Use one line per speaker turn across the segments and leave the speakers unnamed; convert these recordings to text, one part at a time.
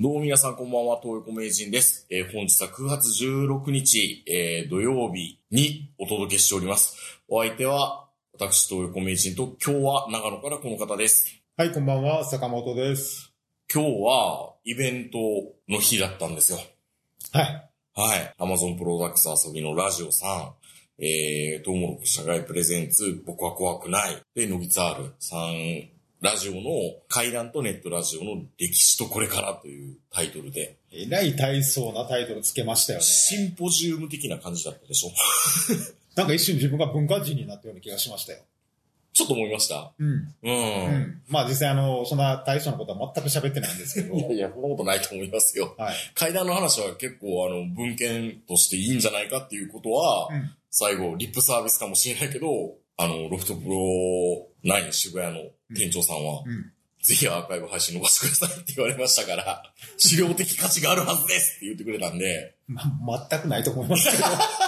どうも皆さんこんばんは、東横名人です。えー本日は9月16日、えー土曜日にお届けしております。お相手は、私、東横名人と、今日は長野からこの方です。
はい、こんばんは、坂本です。
今日は、イベントの日だったんですよ。
はい。
はい。Amazon プロダクツ遊びのラジオさん、えー、トウモロコシ社会プレゼンツ、僕は怖くない。で、ノギツアールさん、ラジオの、回覧とネットラジオの歴史とこれからというタイトルで、
えらい大層なタイトルつけましたよね。
シンポジウム的な感じだったでしょ
なんか一瞬自分が文化人になったような気がしましたよ。
ちょっと思いました。
うん。
うん。
うん。まあ実際あの、そんな大層なことは全く喋ってないんですけど。
いやいや、そんなことないと思いますよ。
はい。
階段の話は結構、あの、文献としていいんじゃないかっていうことは、
うん
最後、リップサービスかもしれないけど、あの、ロフトプロ9渋谷の店長さんは、
うん。
ぜひアーカイブ配信伸ばしてくださいって言われましたから、 資料的価値があるはずですって言ってくれたんで、
まあ全くないと思いますけど。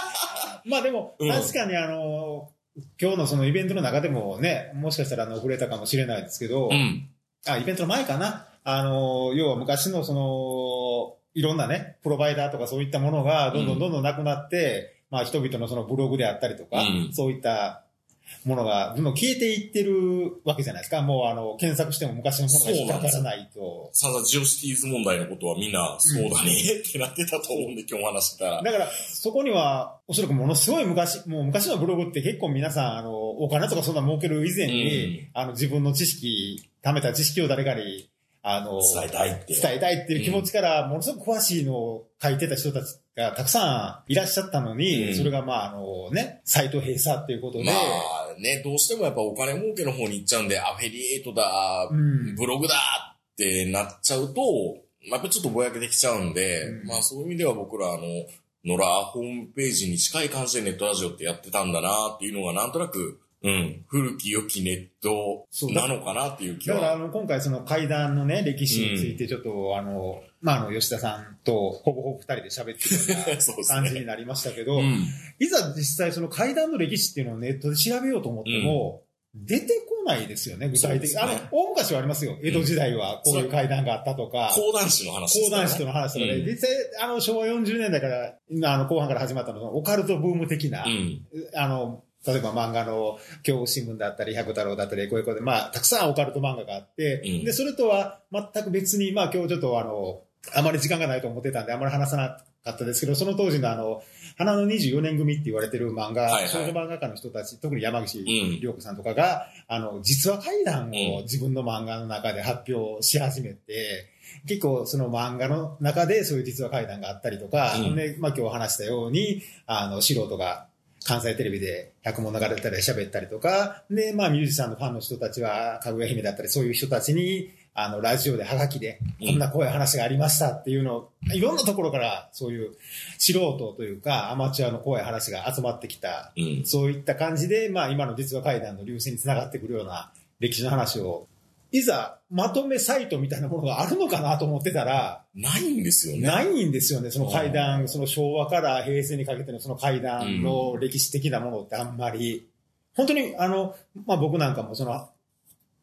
まあでも、
うん
確かにあの、今日のそのイベントの中でもね、もしかしたらあの、触れたかもしれないですけど、
うん。
あ、イベントの前かな。あの、要は昔のその、いろんなね、プロバイダーとかそういったものがどんど
うん
んどんどんなくなって、まあ人々のそのブログであったりとか、
うん
そういったものがどんどん消えていってるわけじゃないですか。もうあの、検索しても昔のものが引っかからないと。
さ々ジオシティーズ問題のことはみんな、そうだねってなってたと思うんで、今日お話したら。
だから、そこには、おそらくものすごい昔、もう昔のブログって結構皆さん、あの、お金とかそんな儲ける以前に、
うん
あの、自分の知識、貯めた知識を誰かに、あの、
伝えたいって。
伝えたいっていう気持ちから、ものすごく詳しいのを書いてた人たちがたくさんいらっしゃったのに、
うん
それがまあ、あのね、サイト閉鎖っていうことで、
まあね、どうしてもやっぱお金儲けの方に行っちゃうんで、アフィリエイトだ、
うん
ブログだってなっちゃうと、まあやっぱちょっとぼやけてきちゃうんで、
うん
まあそういう意味では僕らあの、野良ホームページに近い感じでネットラジオってやってたんだなっていうのがなんとなく、うん、古き良きネットなのかなっていう気
だからあ
は。
の今回その会談のね、歴史についてちょっと、あの、まああの、吉田さんとほぼほぼ二人で喋ってるよう
そうで
な
す
感じ
ね。
になりましたけ ど、
うん。
いざ実際その会談の歴史っていうのをネットで調べようと思っても、出てこないですよね、具体的に。
そう
あ
で
の
すね、
大昔はありますよ。江戸時代はこういう会談があったとか。
講談師の話で
講
すから
談
ね
師との話とかで、
うん
実際、あの、昭和40年代から、あの、後半から始まったのが、オカルトブーム的な、
うん。
あの、例えば漫画の、京都新聞だったり、百太郎だったり、こういうことで、まあ、たくさんオカルト漫画があって、
うん
で、それとは全く別に、まあ、今日ちょっとあの、あまり時間がないと思ってたんで、あまり話さなかったですけど、その当時のあの、花の24年組って言われてる漫画、
はいはい
少女漫画家の人たち、特に山岸
うん。
涼子さんとかが、あの、実話怪談を自分の漫画の中で発表し始めて、結構その漫画の中でそういう実話怪談があったりとか、
うん
で、まあ今日話したように、あの、素人が関西テレビで100問流れたり喋ったりとか、で、まあミュージシャンのファンの人たちは、かぐや姫だったりそういう人たちに、あの、ラジオでハガキで、
うん
こんな怖い話がありましたっていうのを、いろんなところからそういう素人というか、アマチュアの怖い話が集まってきた
うん。
そういった感じで、まあ今の実話会談の流星につながってくるような歴史の話を、いざまとめサイトみたいなものがあるのかなと思ってたら、
ないんですよね。
ないんですよね、その会
う
談、
ん
その昭和から平成にかけてのその会談の歴史的なものってあんまり、本当にあの、まあ僕なんかもその、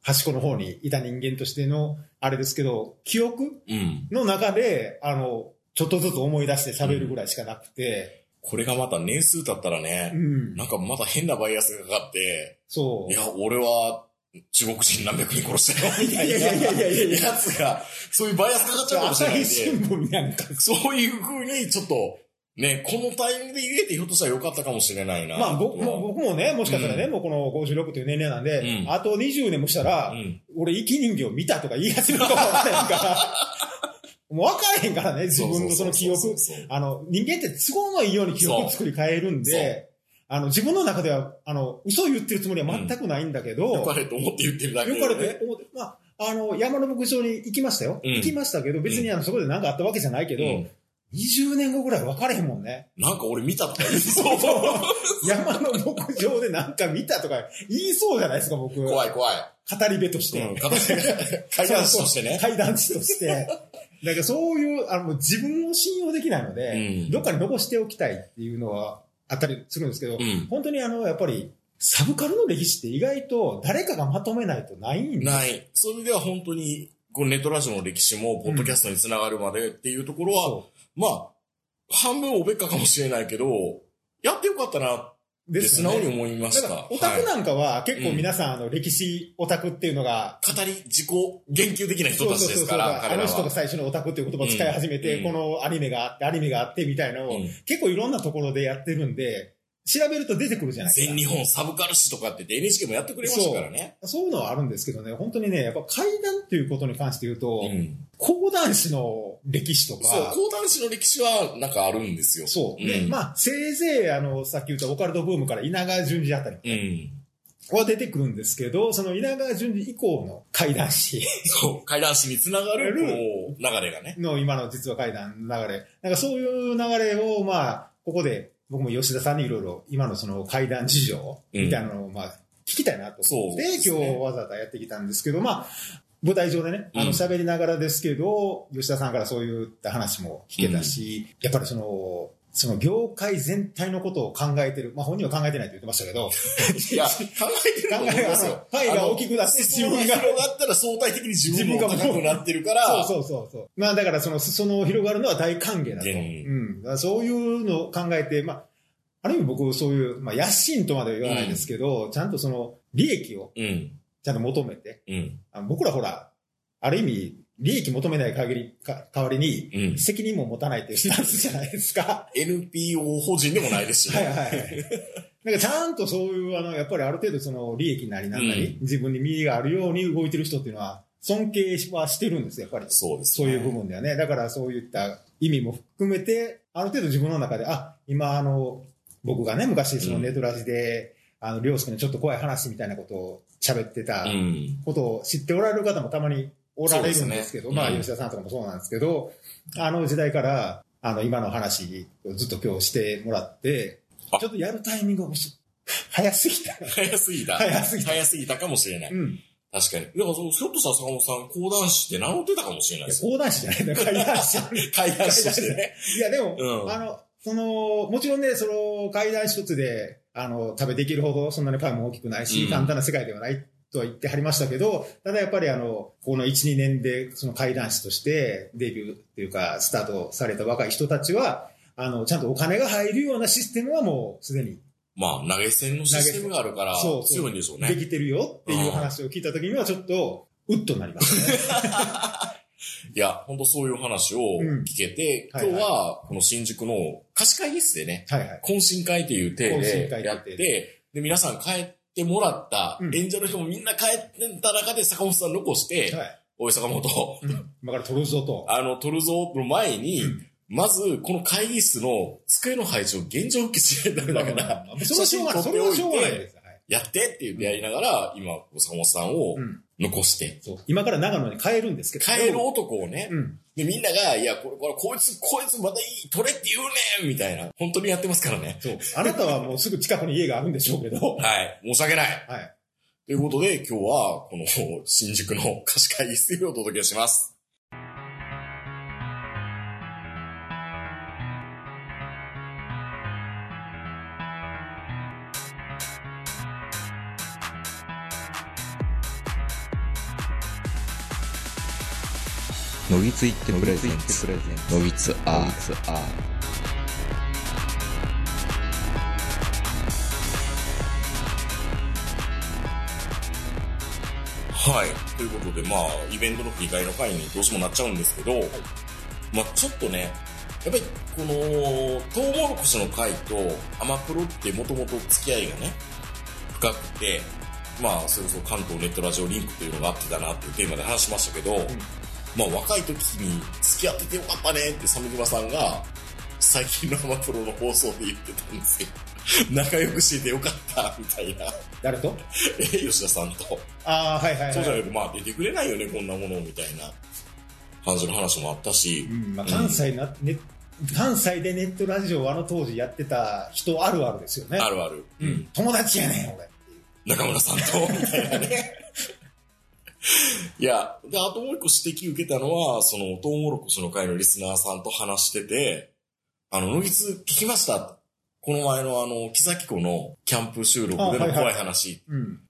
端っこの方にいた人間としての、あれですけど、記憶
うん。
の中で、あの、ちょっとずつ思い出して喋るぐらいしかなくて、
これがまた年数経ったらね、
うん、
なんかまた変なバイアスがかかって、
そう。
いや、俺は、中国人何百人殺したよ、みたい
いやいやいやいやい
なや
や
つが、そういうバイアスかかっちゃうかもしれ
朝
ない
日
ん
新
で、
聞やんか。
そういう風に、ちょっと、ね、このタイミングで言えてひょっとしたらよかったかもしれないな。
まあ僕も、
僕
僕もね、もしかしたらね、
う
もうこの56という年齢なんで、
うん
あと20年もしたら、
は。うん。
俺、生き人形見たとか言い始めるかもわから へんから、もう分からへんからね、自分のその記
そう
憶。
そうそうそう
あの、人間って都合のいいように記憶を作り変えるん
そうそ
で、あの、自分の中では、あの、嘘を言ってるつもりは全くないんだけど、
よかれと思って言ってるだけ
よ
で、
かれて思って、まあ、あの、山の牧場に行きましたよ。
うん
行きましたけど、別にあの、そこで何かあったわけじゃないけど、
うん
20年後ぐらい分からへんもんね。
なんか俺見たとか言いそう。
山の牧場でなんか見たとか言いそうじゃないですか、僕。語
怖い怖い。
り部として。
うん。形が、階段師としてね。
怪談師として。 だからそういう、あの、自分を信用できないので、
うん
どっかに残しておきたいっていうのはあったりするんですけど、
うん。
本当にあの、やっぱり、サブカルの歴史って意外と誰かがまとめないとないんで
ない。そういう意味では本当に、このネットラジオの歴史も、ポッドキャストにつながるまでっていうところは、
そ
まあ、半分おべっかかもしれないけど、やってよかったなっ
う。
て
です
素
よ
直
ね
に思いまし
だ
た。
からオタク
はい
なんかは結構皆さん、あの、歴史オタクっていうのが、
語り、自己言及できない人たちですから、
あ
彼ら
の
は。
人が最初のオタクっていう言葉を使い始めて、
うん
このアニメがあって、アニメがあってみたいのを、
うん
結構いろんなところでやってるんで、調べると出てくるじゃないです
全
か。
日本サブカル誌とかって言って NHK もやってくれましたからね。
そういうのはあるんですけどね、本当にね、やっぱ階段っていうことに関して言うと、
うん
講談師の歴史とか、
そう、講談師の歴史はなんかあるんですよ。
そう。で、
うん
まあ、せいぜい、あの、さっき言ったオカルトブームから稲川淳二あたり
うん。
は出てくるんですけど、その稲川淳二以降の怪談師
そう、怪談師につながる、
うん
こう、流れがね。
の今の実は怪談の流れ、なんかそういう流れを、まあ、ここで僕も吉田さんにいろいろ今のその怪談事情みたいなのを、まあ、聞きたいなと思って、
そうです
今
ね
日わざわざやってきたんですけど、まあ、舞台上でね、あ
うん
の、喋りながらですけど、吉田さんからそういった話も聞けたし、やっぱりその、その業界全体のことを考えてる、まあ本人は考えてないと言ってました けど、
いや、考えてると思
考
うん
え
です
が
よ、。
範囲が大きく出して
質
自
問が
分
広
が。
がったら相対的に自分も高くなってるから、
そうそうそうそう。まあだからその裾野を広がるのは大歓迎だと。
う
うんん。だからそういうのを考えて、まあ、ある意味僕そういう、まあ野心とまでは言わないですけど、ちゃんとその利益を
うん、
ちゃんと求めて、
うん、
あ僕らほら、ある意味利益求めない限り、か代わりに
うん。
責任も持たないというスタンスじゃないですか。
NPO 法人でもないですし、
はいはいはい。 なんかちゃんとそういう、あの、やっぱりある程度その利益なりなんなり、自分に身があるように動いてる人っていうのは尊敬はしてるんですよ、やっぱり。
そうです、
そういう部。分ではね。だからそういった意味も含めて、ある程度自分の中で、あ、今あの、僕がね、昔そのネトラジで、あの、りょうすけのちょっと怖い話みたいなことを喋ってた
うん。
ことを知っておられる方もたまにおられるんですけ
そうです
ど、
ね
まあ
うん
吉田さんとかもそうなんですけど、あの時代から、あの、今の話をずっと今日してもらって
あ、
ちょっとやるタイミングが遅い早すぎた。
早すぎた。
早すぎた
早すぎたかもしれない。
うん。
確かに。でも、そのひょっとしたら坂本さん、講談師って名乗ってたかもしれないですよ。
講談師じゃないんだから、怪談師
怪談師としてね。
いや、でも、
うん
あの、その、もちろんね、その、階段一つで、あの、食べできるほど、そんなにパイも大きくないし、
うん
簡単な世界ではないとは言ってはりましたけど、ただやっぱりあの、この1、2年で、その階段師として、デビューっていうか、スタートされた若い人たちは、あの、ちゃんとお金が入るようなシステムはもう、すでに
まあ、投げ銭のシステムがあるから、
そうそう
強いんでしょう
で
ね。
きてるよっていう話を聞いた時には、ちょっと、うっとなりましたね。
いや、本当そういう話を聞けて、
うんはいはい
今日は、この新宿の貸し会議室でね、
はいはい。
懇親会という体
懇
で
親会とい
や
う
っ
体
て、
で
で、皆さん帰ってもらった
う、ん
演者の人もみんな帰ってた中で坂本さん残して、
はい。
おい坂本、
うん今から取るぞと。
あの、撮るぞの前に、まず、この会議室の机の配置を現状復帰しないとダメだから、
それはしょうがない。それはしょうがないです。はい
やってって言ってやりながら、今、坂本さんを
うん
残して、
そう。今から長野に帰るんですけど。
帰る男をね、
うん。
で、みんなが、いや、これ、これ、こいつ、こいつまたいい、取れって言うねんみたいな、本当にやってますからね。
そう。あなたはもうすぐ近くに家があるんでしょうけど。
はい、申し訳ない。
はい。
ということで、今日は、この 新宿の貸し会議室をお届けします。
のぎついってプレゼンツのぎつアーツアー
はい。ということで、まあ、イベントの振り返りの回にどうしてもなっちゃうんですけど、まあ、ちょっとね、やっぱり、この、トウモロコシの回とアマプロってもともと付き合いがね、深くて、まあ、それこそ関東ネットラジオリンクというのがあってたなっていうテーマで話しましたけど、まあ、若い時に付き合っててよかったねって鮫島さんが、最近のアマプロの放送で言ってたんですよ。仲良くしててよかった、みたいな。
誰と
え吉田さんと。
ああ、はいはいはい。
そうじゃないと、まあ、出てくれないよね、こんなもの、みたいな感じの話もあったし
う、ん。まあ、関西な、ね、関西でネットラジオをあの当時やってた人あるあるですよね。
あるある。
うん。友達やねん、俺。
中村さんと、 みたいなね。いや、で、あともう一個指摘受けたのは、その、トウモロコシの会のリスナーさんと話してて、あの、ノギツ聞きました。この前のあの、木崎湖のキャンプ収録で
あはい
の
はい
怖い話。
うん。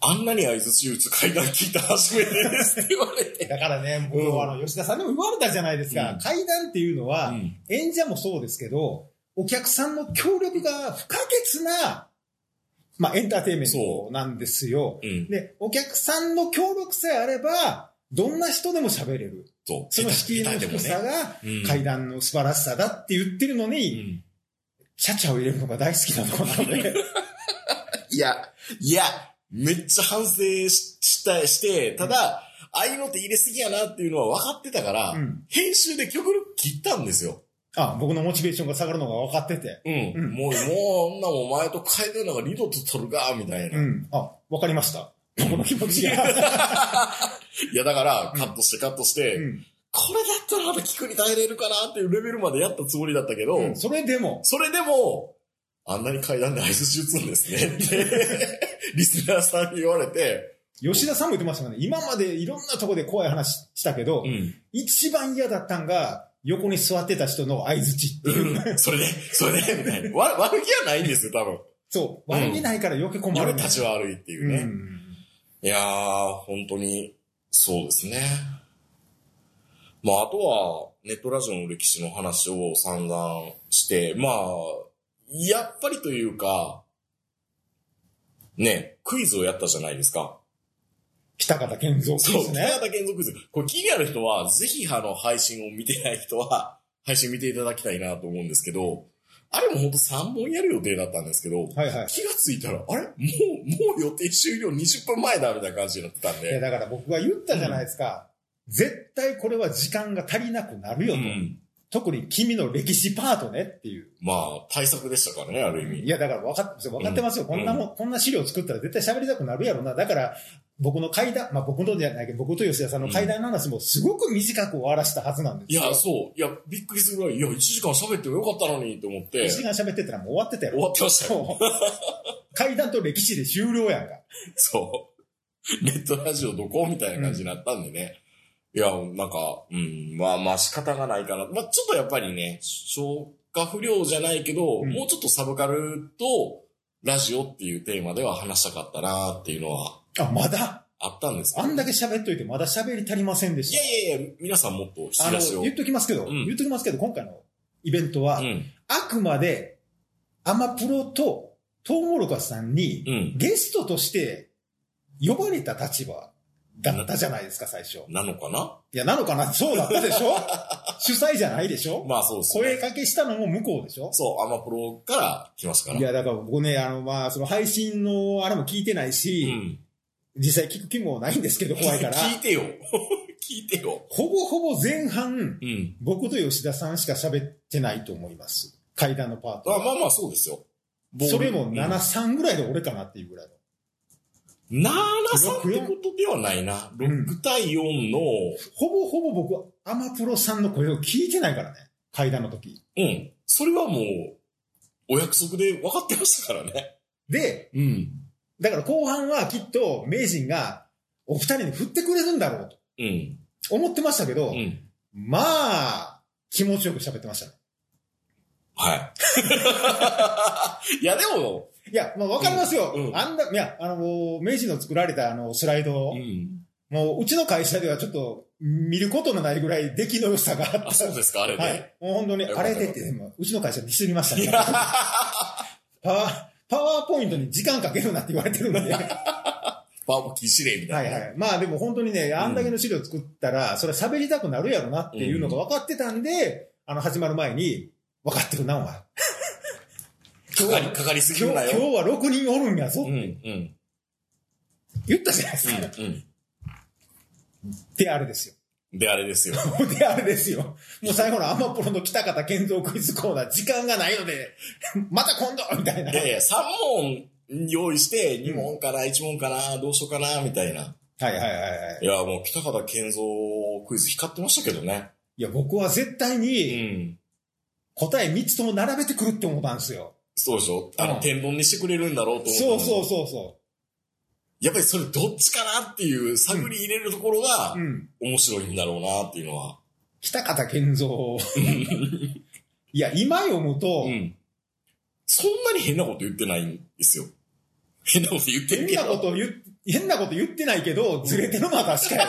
あ,、あんなに合図手術階段聞いた初めてですって言われて。
だからね、僕
うん
はあの、吉田さんでも言われたじゃないですか。
うん
階段っていうのは、演者もそうですけど、お客さんの協力が不可欠な、まあ、エンターテインメン
そ
トなんですよ。
うん。
で、お客さんの協力さえあれば、どんな人でも喋れる。
そう。
その敷居の低さが、
うん
階段の素晴らしさだって言ってるの
う
に、
ん
シャチャを入れるのが大好きなとこなので、
いや、いや、めっちゃ反省ししたして、ただ、ああいうのって入れすぎやなっていうのは分かってたから、
うん
編集で極力切ったんですよ。
あ、僕のモチベーションが下がるのが分かってて。
うん。
うん
もう、もう、女もんお前と変えてんのが二度と取るか、みたいな。
うん。あ、分かりました。僕の気持ちが。
いや、だから、
うん
カットしてカットして、
うん
これだったらまた聞くに耐えれるかなっていうレベルまでやったつもりだったけど、
うん。それでも、
それでも、あんなに階段で挨拶打つんです ねって、リスナーさんに言われて、
吉田さんも言ってましたね。今までいろんなとこで怖い話したけど、
ん。
一番嫌だったんが、横に座ってた人の相づちっていう。
うん、それで、それで、みたいな。わ悪気はないんですよ、多分。
そう。悪気ないから余計困
俺
る。
たちは悪いっていうね。
うん
いやー、本当に、そうですね。まあ、あとは、ネットラジオの歴史の話を散々して、まあ、やっぱりというか、ね、クイズをやったじゃないですか。
北方健三
そう、
です
北
ね。
方健三クイズ。これ気になる人は、ぜひあの、配信を見てない人は、配信見ていただきたいなと思うんですけど、あれも本当3本やる予定だったんですけど、
はいはい。
気がついたら、あれもう、もう予定終了20分前だみたいな感じになってたん
いや、
で。
だから僕が言ったじゃないですか。絶対これは時間が足りなくなるよ
う
と。
ん。
特に君の歴史パートねっていう。
まあ、対策でしたからね、ある意
い
味。
や、だから分かって分かってますよ。
うん
こんなもん、こんな資料作ったら絶対喋りたくなるやろな。だから、僕の階段、まあ僕のじゃないけど、僕と吉田さんの階段の話もすごく短く終わらしたはずなんで
い
すよ。
や、そう。いや、びっくりするぐらい、いや、1時間喋ってもよかったのにと思って
1、時間喋ってたらもう終わってた
終
よ。
わってましたよ。
そう階段と歴史で終了やんか。
そう。ネットラジオどこみたいな感じになったんでね。いや、なんか、うん、まあまあ仕方がないかな。まあちょっとやっぱりね、消化不良じゃないけど、
うん
もうちょっとサブカルとラジオっていうテーマでは話したかったなっていうのは
あ、まだ
あったんですけど
あんだけ喋っといてまだ喋り足りませんで
い
し
や
た。
いやいや、皆さんもっと引き
あ
出しを。
の、言っときますけど、
うん
言っときますけど、今回のイベントは、
うん。
あくまで、アマプロと、トウモロコシさんに、
うん。
ゲストとして、呼ばれた立場だったじゃないですか、最初。
なのかない
や、なのかなそうだったで しょ主催じゃないでしょ
まあそうですね
声かけしたのも向こうでしょ
そう、アマプロから来ましたから。
いや、だから僕ね、あの、まあ、その配信のあれも聞いてないうし、
ん。
実際聞く気もないんですけど、怖いから。
聞いてよ。 聞いてよ。
ほぼほぼ前半、
うん。
僕と吉田さんしか喋ってないと思います。階段のパート
あ
は。
まあまあそうですよ。ボール
それも
うん
7-3ぐらいで俺かなっていうぐらいの。
なあなさんってことではないな。
うん
6対4の、
ほぼほぼ僕、アマプロさんの声を聞いてないからね。階段の時。
うん。それはもう、お約束で分かってましたからね。
で、
うん。
だから後半はきっと名人がお二人に振ってくれるんだろう
うん。
と思ってましたけど、
うん。
まあ、気持ちよく喋ってましたね。
はい。 いや、でも、
いや、まあわかりますよ。
うんうん
あんだ、いや、あの、もう明治の作られたあのスライド、
うん。
もううちの会社ではちょっと見ることのないぐらい出来の良さがあった。
あ、そうですか、あれで。
はい。もう本当に、
よか
あ
った
れでって、でもうちの会社にすりました
い
ね
や。
パワー、パワーポイントに時間かけるなって言われて るんで。は
バーボキー指令みたい
い
な。
はい。まあでも本当にね、あんだけの資料作ったら、それ喋りたくなるやろなっていうのが分かってたんで、あの、始まる前に、分かってるな、お前。
かかり、かかりすぎ
今
るな
日、
よ。
今日は6人おるんやぞ
う。ん、うん、
言ったじゃないですか。
うん、
で、あれですよ。
うん。で、あれですよ。。
で、あれですよ。もう最後のアマプロの北方健三クイズコーナー、時間がないので、 また今度みたいない
やいや、3問用意して、2問かな、1問かな、どうしようかな、みたいな。
はいはいはいはい。
いや、もう、北方健三クイズ光ってましたけどね。
いや、僕は絶対
う
に
ん。
答え3つとも並べてくるって思ったんですよ。
そうでしょあ
う
の、
ん
天丼にしてくれるんだろうと思
そうそう
う。
そうそ
やっぱりそれどっちかなっていう探り入れるところが
う。うん。
面白いんだろうなっていうのは。
北方健 三。いや、今読むと
う、ん。そんなに変なこと言ってないんですよ。変なこと言ってる
変
けど。
なこと言っ変なこと言ってないけど、ずれてるのは確かに。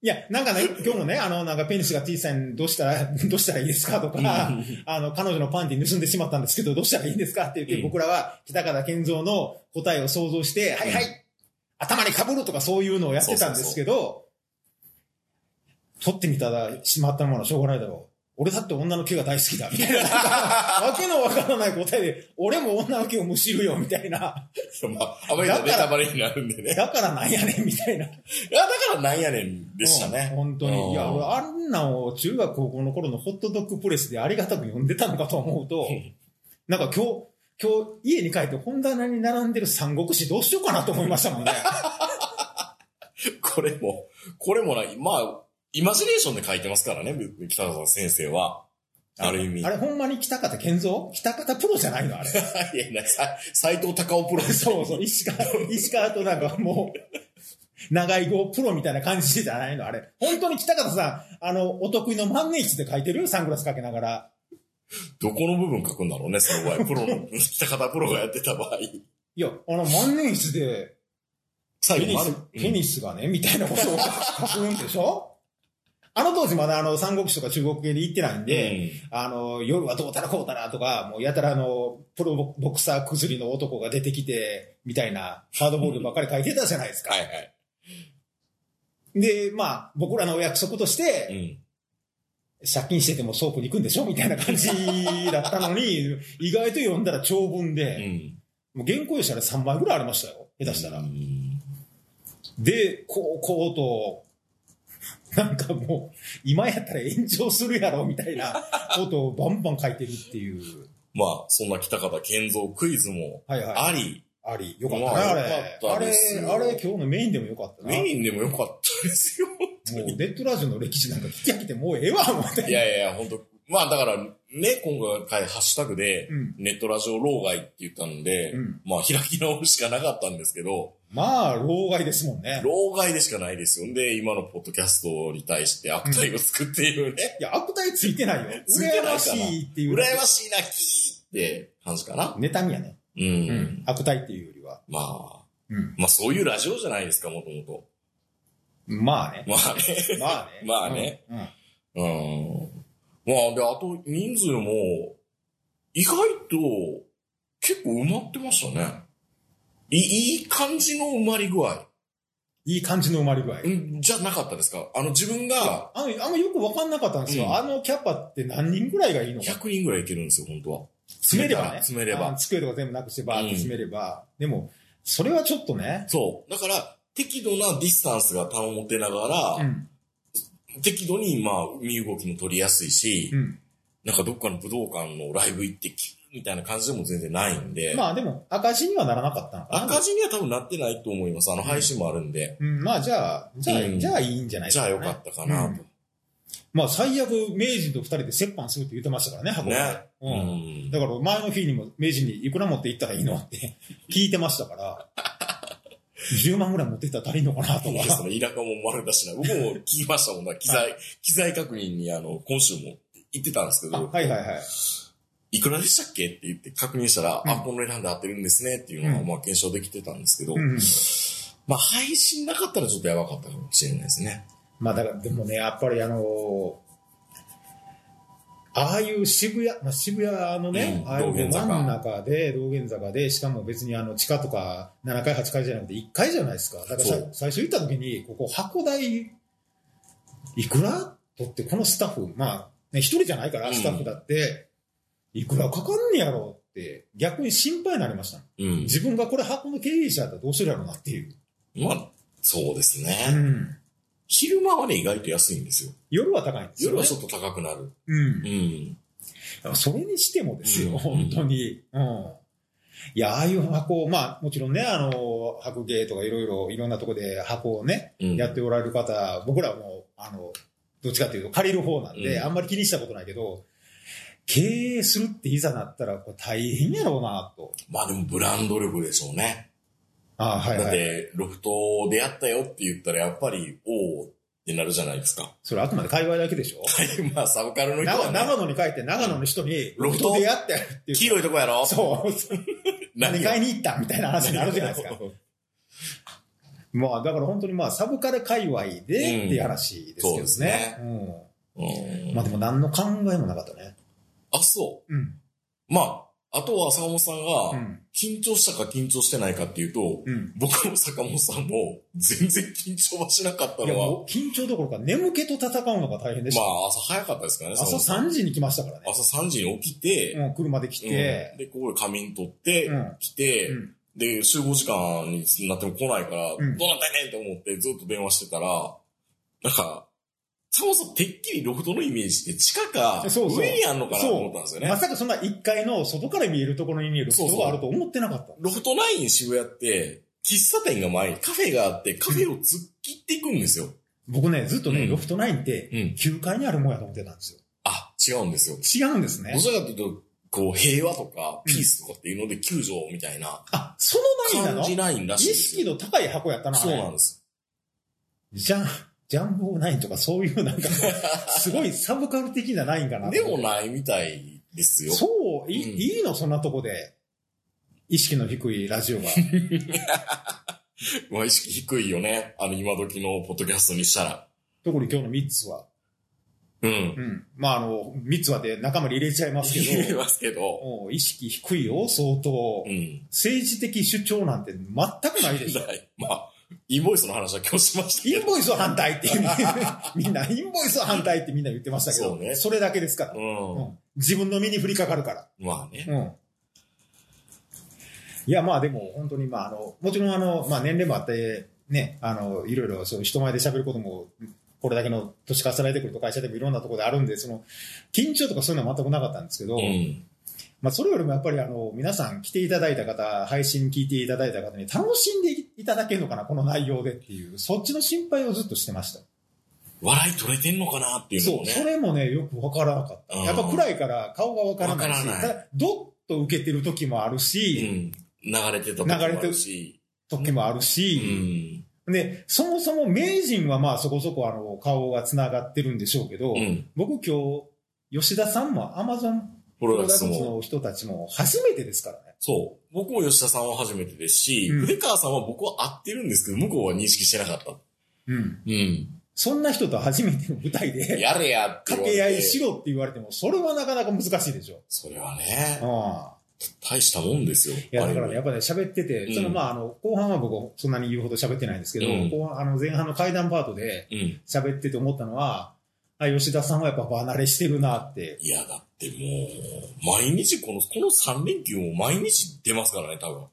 いや、なんかね、今日もね、あの、なんかペニスが T さんにどうしたら、どうしたらいいですかとか、あの、彼女のパンティ盗んでしまったんですけど、どうしたらいいんですかって言っ
う
て、
ん
僕らは、北方健三の答えを想像して、はいはい、頭に被るとかそういうのをやってたんですけど、取ってみたらしまったものはしょうがないだろう。俺だって女の毛が大好きだ、みたいな。なんかわけのわからない答えで、俺も女の毛をむしるよ、みたいな。
まあ、あまりにもネタバレになるんでね。
だからなんやねん、みたいな。
いや、だからなんやねんでした
うん
ね。
本当
うん
に。いや、俺、あんなを中学高校の頃のホットドッグプレスでありがたく読んでたのかと思うと
うん、
なんか今日、今日家に帰って本棚に並んでる三国志どうしようかなと思いましたもんね。
これも、これもない。まあ、イマジネーションで書いてますからね、北川先生は。 ある意味。
あれほんまに北方健三北方プロじゃないのあれ。
いやいや、斎藤隆夫プ ロです。
そうそう、石川、石川となんかもう、長い号プロみたいな感じじゃないのあれ。本当に北方さん、あの、お得意の万年筆で書いてるサングラスかけながら。
どこの部分書くんだろうね、その場合。プロの、 北方プロがやってた場合。
いや、あの万年筆で、
最
ペ
後
ニ
ま
ス、
で
ペニスがね、みたいなことを書くんでしょあの当時まだあの、三国志とか中国系に行ってないんで、
で、
あの、夜はどうたらこうたらとか、もうやたらあの、プロボクサー崩りの男が出てきて、みたいな、ハードボールばっかり書いてたじゃないですか。
はいはい。
で、まあ、僕らのお約束として、
うん。
借金しててもソープに行くんでしょみたいな感じだったのに、 意外と読んだら長文
う
で、
ん。
もう原稿用紙あれ3枚ぐらいありましたよ。下手したら
う。ん
で、こう、こうと、なんかもう、今やったら炎上するやろ、みたいなことをバンバン書いてるっていう。
まあ、そんな北方健三クイズも
はいはい。
あり、
あり。よかった
まあ
な、あれ。
よかった
あれ
です、よ
あれ、今日のメインでもよかったな。
メインでもよかったですよ。
もう、ネットラジオの歴史なんか聞き飽きて、もうええわ、思 って。
いやいやいや、本当まあだから、ね、今回、ハッシュタグで
う、ん。
ネットラジオ老害って言ったんで、
うん。
まあ開き直るしかなかったんですけど、
まあ、老害ですもんね。
老害でしかないですよ。で、今のポッドキャストに対して悪態を作っているね。
いや、悪態ついてないよ。
ついてない
羨
かな
ましいっていう。
羨ましいな、キーって感じかな。
妬みやね。
うん。
うん。悪態っていうよりは。
まあ、
うん。
まあそういうラジオじゃないですか、もともと。
ま あね。
まあね。。
まあね
まあね
うん。う
う
ん。
ん。まあ、で、あと人数も、意外と結構埋まってましたね。いいい感じの埋まり具合。
いい感じの生まれ具合。
うんじゃなかったですかあの自分が
あの、あんまよく分かんなかったんですよ。
うん
あのキャパって何人ぐらいがいいのか。
100人ぐらいいけるんですよ、本当は。
詰めればね。
詰めれ
あの
ば。
机とか全部なくしてバーって詰めれば。でも、それはちょっとね。
そう。だから、適度なディスタンスが保てなが
う
ら、
ん。
適度に、まあ、身動きも取りやすいし
う、ん。
なんかどっかの武道館のライブ行ってき、みたいな感じでも全然ないんで。
まあでも、赤字にはならなかったのかな。
赤字には多分なってないと思います。あの、配信もあるんで。
うん、まあじゃあ、じゃあ、
うん
じゃあいいんじゃないで
じ
す
ゃ
か、
あ
ね。
よかったかなと。
まあ最悪、明治と二人で折半するって言ってましたからね、箱根
ね。う
うん。
ん。
だから前の日にも明治にいくら持って行ったらいいのって聞いてました から、10万ぐらい持って行ったら足りんのかなと
いやそ
か。
の田舎も丸出しな。僕も聞きましたもんな。機材、機材確認にあの、今週も行ってたんですけ
あ
ど、
はいはいはい。
いくらでしたっけって言って確認したら、
うん
あ、この選んで合ってるんですねっていうのが、
うん
まあ検証できてたんですけど、
うんうん
まあ配信なかったらちょっとやばかったかもしれないですね。
まあだから、でもね、やっぱりあのああいう渋谷、まあ、渋谷のね、
うん
ああい
道
う
玄
真
坂
ん中で、道玄坂で、しかも別にあの地下とか7階、8階じゃなくて1階じゃないですか。だからさ
そう
最初行った時に、ここ箱代、いくら取って、このスタッフ、まあ、ね、一人じゃないから、
うん
スタッフだって、いくらかかんねやろうって、逆に心配になりました。
うん。
自分がこれ箱の経営者だったらどうするやろうなっていう。
まあ、そうです
う
ね。
ん。
昼間はね、意外と安いんですよ。
夜は高いんですよ、
夜
ね。
はちょっと高くなる。
うん
う。ん。
それにしてもですよ、
うん
本当に。うん。いや、ああいう箱を、まあ、もちろんね、あの、白芸とかいろいろ、いろんなとこで箱をね、
うん。
やっておられる方、僕らはもう、あの、どっちかっていうと借りる方なんで、
うん
あんまり気にしたことないけど、経営するっていざなったら、これ大変やろうな、と。
まあでもブランド力でしょうね。
ああ、はい
だっ
はい。
て、ロフトでやったよって言ったら、やっぱり、おおってなるじゃないですか。
それあくまで界隈だけでしょ
はい、まあ、サブカルの人
長
は、ね、
長野に帰って長野の人に、
ロ
ロ
フ
フ
ト
トでやってっていう。
黄色いとこやろ
そう。何買いに行ったみたいな話になるじゃないですか。。まあ、だから本当にまあ、サブカル界隈でっていう話ですけど
うんそ
ね。
うですね
うん
うん。
まあでも何の考えもなかったね。
あ、そ
うん。
う。まあ、あとは坂本さん
う
が、
ん。
緊張したか緊張してないかっていうと、
うん。
僕も坂本さんも全然緊張はしなかった
いや、
のは、
もう緊張どころか眠気と戦うのが大変でし
ま
た。
あ朝早かったですからね、
朝
坂本さん
3時に来ましたからね。
朝3時に起きて、
うん、車で来
うん
て、
で、ここで仮眠取って、
うん
来て、
うん
で、集合時間になっても来ないから、
うん
どうなったんやねんと思ってずっと電話してたら、なんか、そもそもてっきりロフトのイメージって地下か
そうそう
上にあんのかなと思ったんですよね
ま。さかそんな1階の外から見えるところに見える
そう
人
そう
があると思ってなかった。
ロフトナイン渋谷って、喫茶店が前にカフェがあって、カフェを突っ切っていくんですよ。
僕ね、ずっとね、
うん
ロフトナインって
うん。
9階にあるもんやと思ってたんです
あ、違うんですよ。
よ。違うんですね
ど。ちらかというと、こう、平和とか、ピースとかっていうので、救助みたいな
あ、そのナインな
感
の
じないんら
意
しいです
識
よ。
の高い箱やったな、あ
そう
れ
なんです。
ジャン、ジャンボナインとかそういうな んか、すごいサブカル的なナインかな。
でもないみたいですよ。
そう、い,、
うん
いいのそんなとこで。意識の低いラ ジオが。
まあ、意識低いよね。あの、今時のポッドキャストにしたら。
特に今日の3つは。
うん。
うん。まあ、あの、3つはで仲間に入れちゃいますけ
言い
ど、
ますけど。
もう意識低いよ、相当
う。ん。
政治的主張なんて全くないでしょ。
はいまあ、インボイスの話は今日しました
イ
け
ン
ど。
ボイスは反対って、 みんな、インボイスは反対ってみんな言ってましたけど、
そうね
それだけですから、う
うん
自分の身に降りかかるから。
ん。まあね。
うん。いや、まあでも、本当に、まあ、あの、もちろん、あの、まあ、年齢もあって、ね、あの、いろいろ、そう、人前で喋ることも、これだけの年重ねてくると会社でもいろんなところであるんで、その、緊張とかそういうのは全くなかったんですけど、
うん。
まあ、それよりもやっぱり、あの、皆さん来ていただいた方、配信聞いていただいた方に楽しんでいただけるのかな、この内容でっていう、そっちの心配をずっとしてました。
笑い取れてんのかなっていうの
そ
も
う、
ね。
それもね、よくわからなかった。
うん
やっぱ暗いから顔がわからないし、
わからない
ただドッと受けてる時もあるし、
うん。流れてた時もあるし。
時もある
う
し、
ん。
で、そもそも名人はまあそこそこあの顔が繋がってるんでしょうけど、
うん。
僕今日、吉田さんも Amazon
プ
プ
ロ
ロ
ダ
ダ
ク
ク
ツ
ツ
も。
の人たちも初めてですからね。
そう。僕も吉田さんは初めてですし、
うん
筆川さんは僕は会ってるんですけど、向こうは認識してなかった。
うん。
うん。
そんな人と初めての舞台 で、
やれやって言わ
掛
れて。
け合いしろって言われても、それはなかなか難しいでしょ。
それはね、
ああ。
大したもんですよ。
いや、だから
あ
ね、
れ
やっぱね、喋ってて、
うん
そのまあ、あの、後半は僕、そんなに言うほど喋ってないんですけど、
うん
後半、あの、前半の階段パートで
うん。
喋ってて思ったのは、あ、吉田さんはやっぱ離れしてるなって
いや、だってもう、毎日この、この3連休も毎日出ますからね、多分。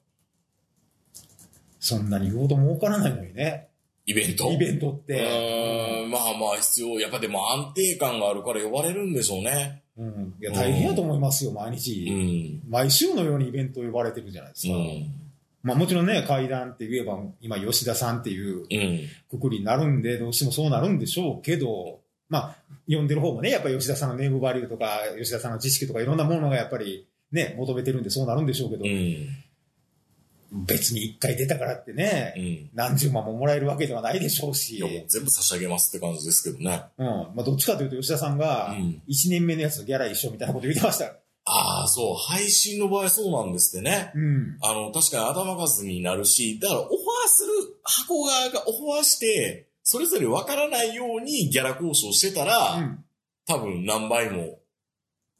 そんなに言うほど儲からないのにね、
イベント。
イ
ン
ベントっ
ト
て。
ん、まあまあ必要。やっぱでも安定感があるから呼ばれるんでしょうね。
うん、いや大変やと思いますよ、毎
う
日。
ん。
毎週のようにイベント呼ばれてるじゃないです
う
か。
ん。
まあもちろんね、階段って言えば、今吉田さんっていう
うん。
くくりになるんで、どうしてもそうなるんでしょうけど、まあ、呼んでる方もね、やっぱり吉田さんのネームバリューとか、吉田さんの知識とかいろんなものがやっぱりね、求めてるんでそうなるんでしょうけど
う、ん。
別に一回出たからってね
う、ん。
何十万ももらえるわけではないでしょう
い
し
や、、もう全部差し上げますって感じですけどね。
うん、まあどっちかというと吉田さん
う
が、
ん。
一年目のやつとギャラ一緒みたいなこと言ってました。
ああ、そう。配信の場合そうなんですってね。
うん。
あの、確かに頭数になるし、だからオファーする箱側がオファーして、それぞれわからないようにギャラ交渉してたら、
うん。
多分何倍も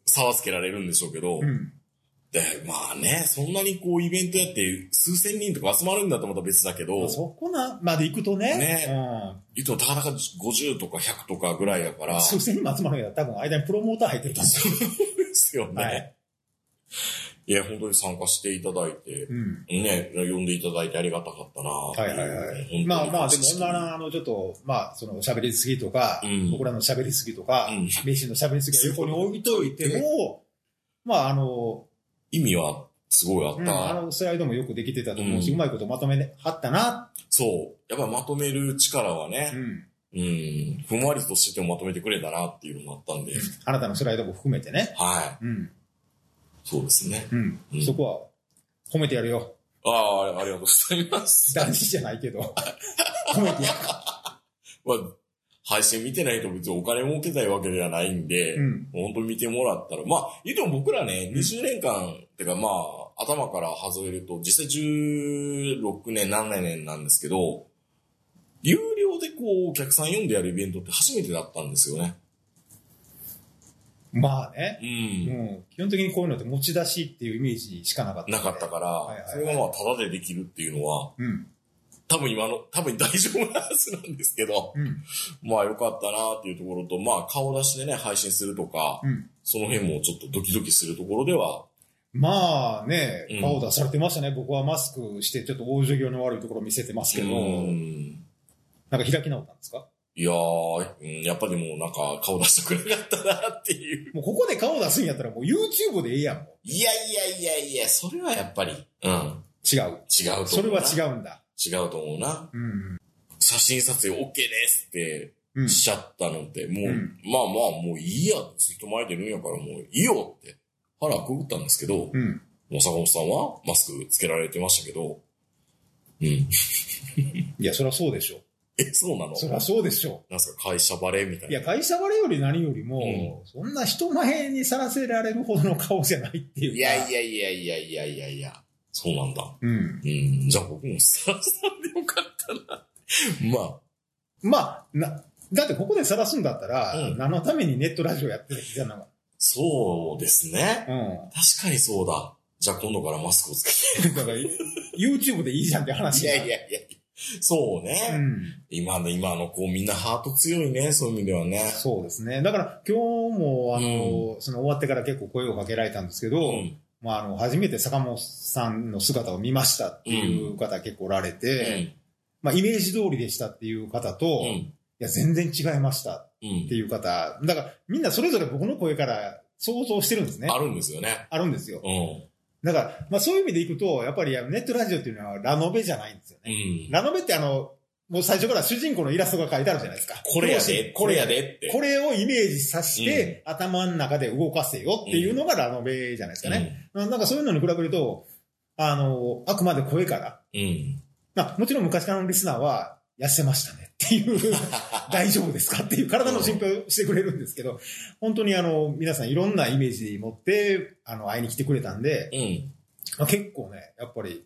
差はつけられるんでしょうけど、
うん。
で、まあね、そんなにこうイベントやって数千人とか集まるんだとまた別だけど、
そこなまで行くとね、
ね
うん
言ってもたかなか50とか100とかぐらいやから、
数千人も集まるんやったら多分間にプロモーター入ってると思
そうですよ
う。
ね。
はい
い、。や、本当に参加していただいて、
うん。
ね、呼んでいただいてありがたかったな。はい
はいはいはい。まあまあ、でも、女の、あの、ちょっと、まあ、その、喋りすぎとか、
うん
僕らの喋りすぎとか、
うん
名人の喋りすぎは横に置いといても、まあ、あの、
意味はすごいあっ
うん、
た。
あの、スライドもよくできてたと思うし、
う
うんまいことまとめはったな、
そう。やっぱりまとめる力は
う
ね、
ん。
うん、ふんわりとしててもまとめてくれたなっていうのもあったんで、
あなたのスライドも含めてね。
はい。
うん。
そうですね。
うん。
うん
そこは、褒めてやるよ。
ああ、ありがとうございます。
大事じゃないけど、褒めてや
まあ、配信見てないと別にお金儲けたいわけではないんで、
る。 うん。
本当に見てもらったら、まあ、言うても僕らね、
うん
20年間、てかまあ、頭から外れると、実際16年、7年なんですけど、有料でこう、お客さん読んでやるイベントって初めてだったんですよね。
まあね。
う。
うんん。基本的にこういうのって持ち出しっていうイメージしかなかった。
なかったから、
いはい
それがまあ、ただでできるっていうのは、
うん。
多分今の、多分大丈夫なはずなんですけど、
うん。
まあ、よかったなっていうところと、まあ、顔出しでね、配信するとか、
うん。
その辺もちょっとドキドキするところでは、
まあね
うん、
顔出されてましたね。僕はマスクして、ちょっと往生際の悪いところ見せてますけど、
うん
なんか開き直ったんですか
いやー、うんやっぱりもうなんか顔出したくなかったなっていう。
もうここで顔出すんやったらもう YouTube でええやん、も
いやいやいやいや、それはやっぱり、うん、違う
う。違
と
う。
思うな。
それは
う。
違うんだ。
違うと思うな。
うん。
写真撮影 OK ですって
うん。
しちゃったのって、もう、
うん
まあまあもういいや、人前でるんやからもういいよって腹くぐったんですけど、
うん。
もう坂本さんはマスクつけられてましたけど、うん。
いや、そりゃそうでしょ。
え、そうなの
そりゃそうでしょ。
なんすか、会社バレみたい
い
な。
や、会社割れより何よりも、そんな人前にさらせられるほどの顔じゃないっていうか。
いやいやいやいやいやいやいや、そうなんだ。
うん。
うん、じゃあ僕もスターさんでよかったな。ま
まあ、な、だってここでさらすんだったら、
うん
何のためにネットラジオやってるじゃなか
あ、そうですね。
うん。
確かにそうだ。じゃあ今度からマスクをつけ
だから、YouTube でいいじゃんって話
て。
になる
やいや。そうね。
うん。
今の今の子みんなハート強いね、そういう意味ではね。
そうですね。だから今日も、あの、その終わってから結構声をかけられたんですけど、
うん。
まあ、あの、初めて坂本さんの姿を見ましたっていう方結構おられ
う
て、
ん。
まあ、イメージ通りでしたっていう方と、
う
い
ん。
や、全然違いました
うん
っていう方、だからみんなそれぞれ僕の声から想像してるんですね。
あるんですよね。
あるんですよ。
うん。
だから、まあそういう意味でいくと、やっぱりネットラジオっていうのはラノベじゃないんですよ
う
ね。
ん。
ラノベってあの、もう最初から主人公のイラストが書いてあるじゃないですか。
これやで、これや。でって。
これをイメージさせて、頭の中で動かせよっていうのがラノベじゃないですかね。なんかそういうのに比べると、あの、あくまで声から、
うん。うん。
まあもちろん昔からのリスナーは、痩せましたねって いう、大丈夫ですかっていう体の心配をしてくれるんですけど、本当にあの、皆さんいろんなイメージ持って、あの、会いに来てくれたんで、
うん。
まあ、結構ね、やっぱり、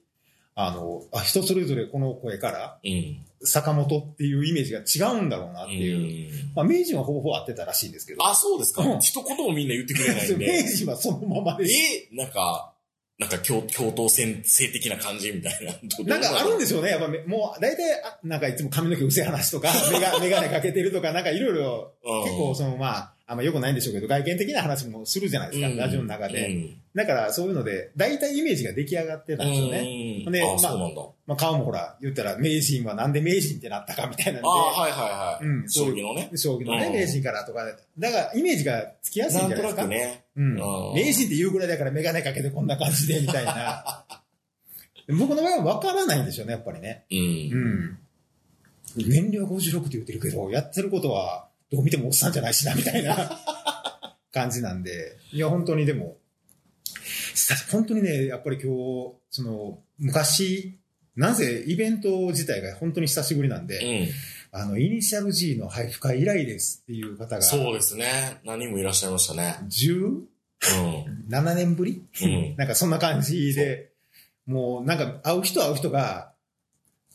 あの、あ、人それぞれこの声から、
うん。
坂本っていうイメージが違うんだろうなっていう。
うん
まあ、明治はほぼほぼ合ってたらしいんですけど。
あ、そうですか
うん。
一言もみんな言ってくれないんで
明。治はそのままでし
えなんか、なんか共共闘戦性的な感じみたいな。どう
なんかあるん
で
ですよね。やっぱめ、もう、大体、あなんかいつも髪の毛薄い話 とか、メガ、メガネかけてるとか、なんかいろいろ、結構その、まあ、あんま良くないんでしょうけど、外見的な話もするじゃないですか、ラジオの中で。だからそういうので、大体イメージが出来上がってたんですよね。
ね
で
あ、
まあ
そうなんだ。
まあ顔もほら、言ったら名人はなんで名人ってなったかみたいなんで
あ、はいはいはい。
うん
将棋のね。
将棋のね
う、ん
名人からとか、だからイメージがつきやすい
なんん
じゃ
と
ない
な
ですか。
くね。
うん、
うん
名人って言うぐらいだからメガネかけてこんな感じでみたいな。僕の場合は分からないんでしょうね、やっぱりね。
う。
うんん。年齢は56って言ってるけど、やってることはどう見てもおっさんじゃないしな、みたいな感じなんで。いや、本当にでも、さ本当にね、やっぱり今日、その、昔、なぜイベント自体が本当に久しぶりなん
う
で、
ん。
あの、イニシャル G の配布会以来ですっていう方が、
そうですね。何人もいらっしゃいましたね。
17年ぶり、
うん。うん。
なんかそんな感じで、もうなんか会う人会う人が、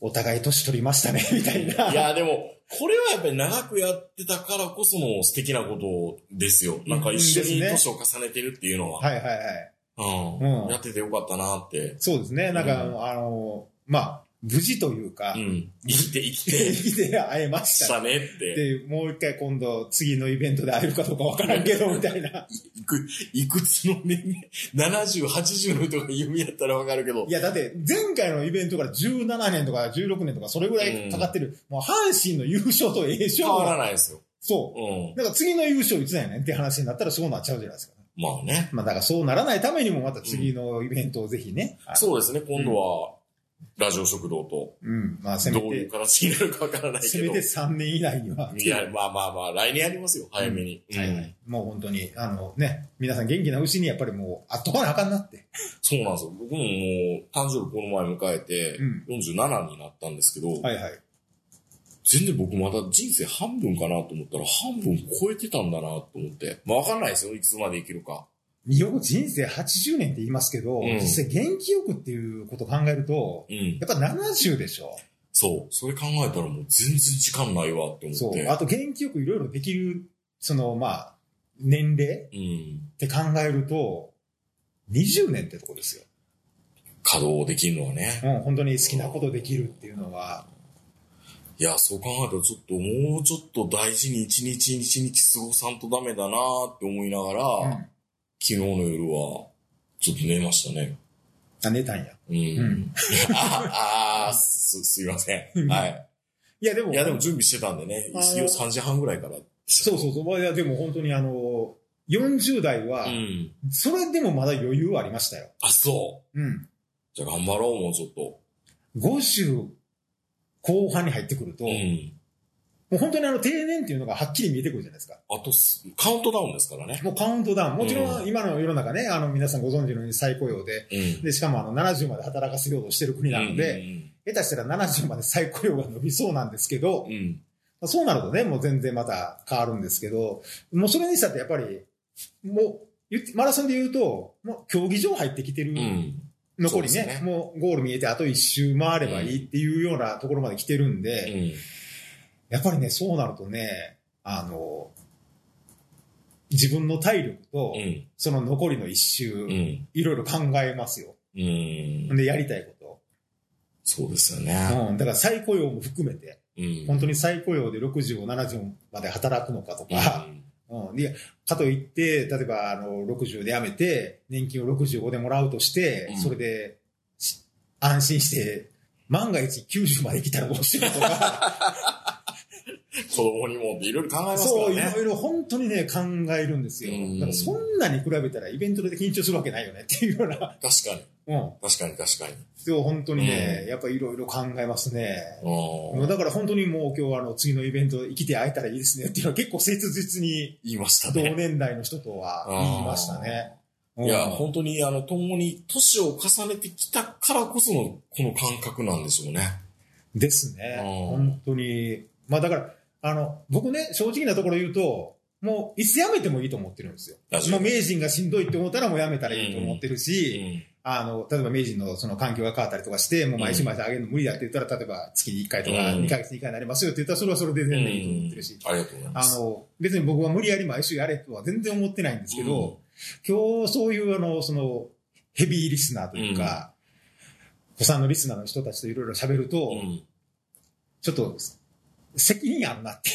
お互い年取りましたね、 みたいな。
いや、でも、これはやっぱり長くやってたからこその素敵なことですよ。なんか一緒に
うんです
年を重ねてるっていうのは。
はいはいはい。
うん
うん
やっててよかったなって。
そうですね。なんか、
う
あの、まあ、無事というか、
うん。生きて、生き
生
て、
きて会えまし
したた
ね。
ね って。
で、もう一回今度、次のイベントで会えるかどうかわからんけど、みた いな。
いく、いくつの年齢、70、80の人が弓やったらわかるけど
い、や、だって、前回のイベントから17年とか16年とか、それぐらいかかってる。もう、阪神の優勝と A 勝
変わら
負
ないですよ。
そうう。
ん。
だから次の優勝いつなんやねんって話になったらそうなっちゃうじゃないですか。
まあね。
まあ、だからそうならないためにも、また次のイベントをぜひね。あの
そうですね、今度は、ラジオ食堂と、
うん。まあ、せ
ど
め
ういう
て、
形になるかわからない
せ
け
め
ど
て。3年以内には。
いや、まあまあまあ、来年ありますよ、早めに。
はいは
うん
い、もう本当に、あのね、皆さん元気なうちにやっぱりもう、あっとかなあかんなって。
そうなんですよ。僕ももう、誕生日この前迎えて
うん、
47になったんですけど、
はいはい。
全然僕まだ人生半分かなと思ったら、半分超えてたんだなと思って。まあわかんないですよ、いつまで生きるか。
よく人生80年って言いますけど、
うん
実際元気よくっていうことを考えると、
うん。
やっぱ70でしょ。
そう。それ考えたらもう全然時間ないわって
そ
思っ
う。
て。
あと、元気よくいろいろできる、その、まあ、年齢っ
うん。
て考えると、20年ってとこですよ。
稼働できるのはね。
うん、本当に好きなことできるっていうのは、
いや、そう考えたらちょっともうちょっと大事に一日一日過ごさんとダメだなーって思いながら、
うん
昨日の夜はちょっと寝ましたね。
あ、寝たんや。
うん。
ん
ああー、す、すいません。はい。
いや、でも、
いや、でも準備してたんでね、
あー
一応3時半ぐらいから。
そうそうそう。いや、でも本当にあの、40代は
う、ん。
それでもまだ余裕はありましたよ。
あ、そう。
うん。
じゃあ頑張ろう、もうちょっと。
50後半に入ってくると、
うん。
もう本当にあの定年っていうのがはっきり見えてくるじゃないですか。
あとす、カウントダウンですからね。
もうカウントダウン。もちろ
うんん
今の世の中ね、あの皆さんご存知のように再雇用で、
うん。
で、しかもあの70まで働かせようとしてる国なので、下手したら70まで再雇用が伸びそうなんですけど
うん、、うん。
まあそうなるとね、もう全然また変わるんですけど、もうそれにしたってやっぱり、もう言って、マラソンで言うと、もう競技場入ってきてる、
うん。うん
残り
そう
ね
ですね
もうゴール見えてあと一周回ればいいっていうようなところまで来てるんで、
うん。
やっぱりね、そうなるとね、あの、自分の体力と、
うん。
その残りの一周、
うん。
いろいろ考えますよ。
うん。
で、やりたいこと。
そうですよね。
うん、だから再雇用も含めて、
うん。
本当に再雇用で60、70まで働くのかとか、うん、でかといって、例えばあの60で辞めて、年金を65でもらうとして、
うん
それでし安心して、万が一90まで来たらどうしよう とか、
子供にもっていろいろ考えますか
そう、い
らね
ろ。いろ本当にね、考えるんですよ。
うん
だからそんなに比べたらイベントで緊張するわけないよねっていうような。
確 かに。
うん。
確かに確かに。
でも本当にね、
う
やっぱいろいろ考えますね。
あ
もう
あ。
だから本当にもう今日はあの次のイベントで生きて会えたらいいですねっていうのは結構切実に
言いました
同
ね。
年代の人とは言いましたね。うん
いや、本当に、あの、共に年を重ねてきたからこその、この感覚なんでしょうね。
ですね。
うん
本当に。まあだから、あの、僕ね、正直なところ言うと、もういつ辞めてもいいと思ってるんですよ。
ラジオ
もう名人がしんどいって思ったらもう辞めたらいいと思ってる
う
し、
ん。
あの、例えば名人のその環境が変わったりとかして、もう毎週毎週上げるの無理だって言ったら、例えば月に1回とか
うん
2ヶ月に1回になりますよって言ったらそれはそれで全然いいと思ってるし、
ありがとうございま
あ
す。
の、別に僕は無理やり毎週やれとは全然思ってないんですけど、今日そういうあの、その、ヘビーリスナーというか、子さんのリスナーの人たちといろいろ喋ると、
うん。
ちょっと、責任あるなって、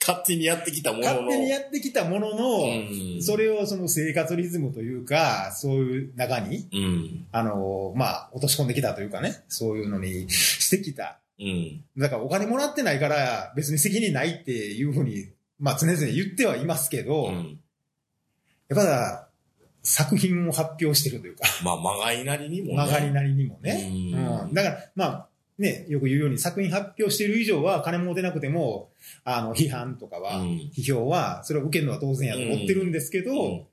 勝手にやってきたものの。
勝手にやってきたものの、
うん。
それをその生活リズムというか、そういう中に、
うん。
あの、まあ、落とし込んできたというかね、そういうのにしてきた。
うん。
だからお金もらってないから、別に責任ないっていうふうに、まあ、常々言ってはいますけど、
うん。
やっぱだ、作品を発表してるというか、
まあ、曲がりなりにもね。
曲がりなりにもね。
うん
うんだから、まあ、ね、よく言うように作品発表している以上は金も出なくても、あの、批判とかは、
うん
批評は、それを受けるのは当然やと思ってるんですけど、
うん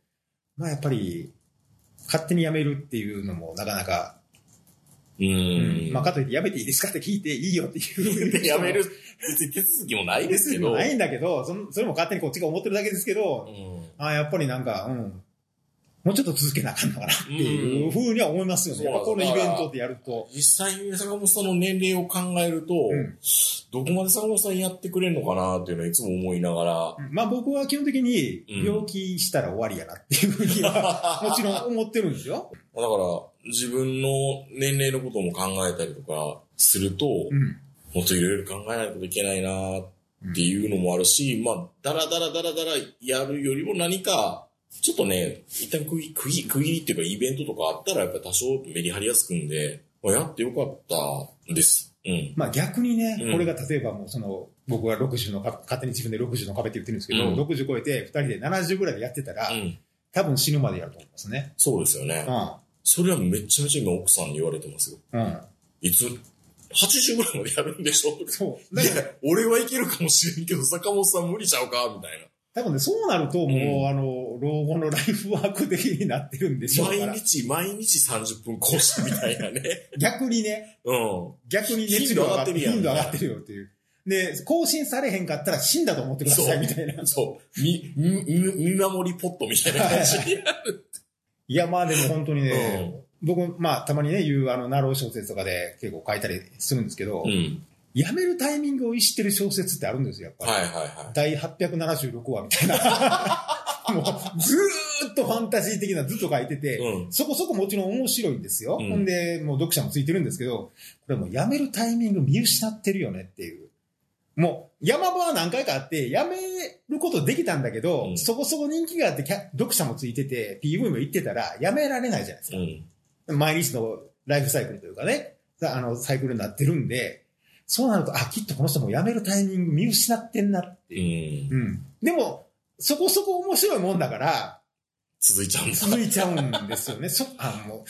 まあやっぱり、勝手に辞めるっていうのもなかなか、
うん。
まあかといって辞めていいですかって聞いていいよってい う。
で、やめる、別に手続きもないですけど。
ないんだけど、そんそれも勝手にこっちが思ってるだけですけど、
うん。
ああ、やっぱりなんか、うん。もうちょっと続けなあかんのかなっていうふうには思いますよね。
うん
やっぱこのイベントってやると。
実際に坂本さんの年齢を考えると、
うん
どこまで坂本さんやってくれるのかなっていうのはいつも思いながら、
まあ僕は基本的に
うん
病気したら終わりやなっていうふう には、もちろん思ってるんですよ。
だから自分の年齢のことも考えたりとかすると、
うん。
もっといろいろ考えないといけないなっていうのもあるし、まあ、だらだらだらだらやるよりも何か、ちょっとね、一旦区切区切区切りっていうかイベントとかあったらやっぱ多少メリハリやすくんで、まあ、やってよかったです。うん。
まあ逆にね、
うん
これが例えばもうその、僕は60の壁、勝手に自分で60の壁って言ってるんですけど、
うん
60超えて2人で70ぐらいでやってたら、
うん。
多分死ぬまでやると思いますね。
そうですよね。
う
それはめちゃめちゃ今奥さんに言われてますよ。
ん。うん。
いつ ?80 ぐらいまでやるんでしょ
そう。
い
だ
や
から、
俺はいけるかもしれんけど、坂本さん無理ちゃうかみたいな。
多分ね、そうなるとも
う
う、
ん
あの、老後のライフワーク的になってるんでしょうから
毎。日、毎日30分講師みたいなね。
逆にね。
うん。
逆に熱量上がってるやん。
頻
頻
度上
度上
が
が
っ
っててるよっていう。で、更新されへんかったら死んだと思ってくださいみたい な。
そう。み、 み、み見守りポットみたいな感じ。
いや、まあでも本当にね、僕、まあ、たまにね、言う、あの、ナロー小説とかで結構書いたりするんですけど、
うん。
やめるタイミングを意識してる小説ってあるんですよ、やっぱり。
はいはいは
第876話みたいな。 もう、ずーっとファンタジー的なずっと書いてて、
うん
そこそこもちろん面白いんですよ。
うん
ほんで、もう読者もついてるんですけど、これもうやめるタイミング見失ってるよねっていう。もう、山場は何回かあって、やめることできたんだけど、
うん
そこそこ人気があって、キャ読者もついてて、PV も行ってたら、やめられないじゃないですか
い。うん。
毎日のライフサイクルというかね、あの、サイクルになってるんで、そうなると、あ、きっとこの人も辞めるタイミング見失ってんなって
う
い
ん。
う。うん。でも、そこそこ面白いもんだから、
続いちゃうんだ。
続いちゃうんですよ ね。そ、あの、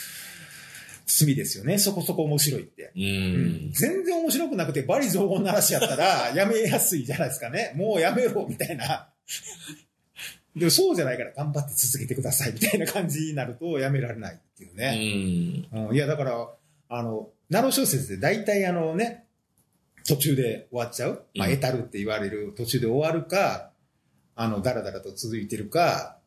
罪ですよね。そこそこ面白いって。
う。
うん全然面白くなくて、バリ雑言な話やったら、やめやすいじゃないですかね。もうやめろ、みたいな。でもそうじゃないから頑張って続けてください、みたいな感じになると、やめられないっていうね。
うん。
うん、いや、だから、あの、ナロ小説で大体あのね、途中で終わっちゃう。まあ、
うん
得たるって言われる途中で終わるか、あの、だらだらと続いてるか、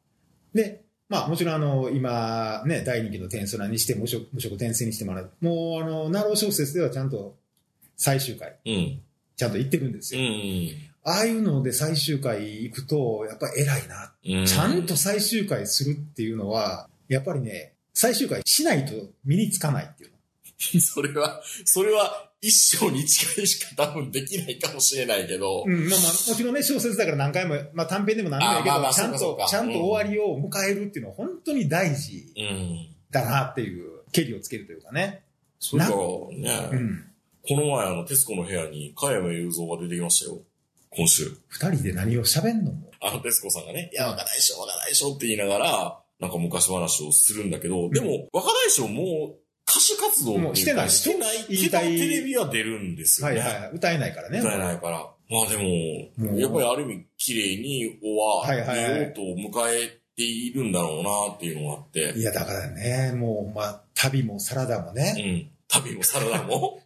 で、まあ、もちろんあの、今、ね、大人気の転送にして、無職、無職転生にしてもらう。もう、あの、ナロ小説ではちゃんと最終回、
うん。
ちゃんと行ってるんです
う
よ。
ん。
ああいうので最終回行くと、やっぱ偉いな。
うん。
ちゃんと最終回するっていうのは、やっぱりね、最終回しないと身につかないってい う。
それは、それは一生に一回しか多分できないかもしれないけど、
うん、まあまあ、もちろんね、小説だから何回も、まあ短編でも何でもいいけ
あまあま
ど、
あ
ちゃん
そうかそう
と
か、
ちゃんと終わりを迎えるっていうのは本当に大事
うん。
だなっていう、ケリをつけるというかね。
それから
う
ね、
ん。
この前あの、徹子の部屋に加山雄三が出てきましたよ。今週。
二人で何を喋んのも。
あの、徹子さんがね、いや、若大将、若大将って言いながら、なんか昔話をするんだけど、でも、若大将もう歌手活動っていう
も
か
うしてない
してない
引
けど、
退
テレビは出るんですよ
はい
ね。
はい。歌えないからね。
歌えないから。まあでも、
もう
やっぱりある意味綺麗に終
はい
わ
はいはい
りようと迎えているんだろうなっていうのがあって
い。や、だからね、もう、まあ、旅もサラダも
う
ね、
ん。旅もサラダ も。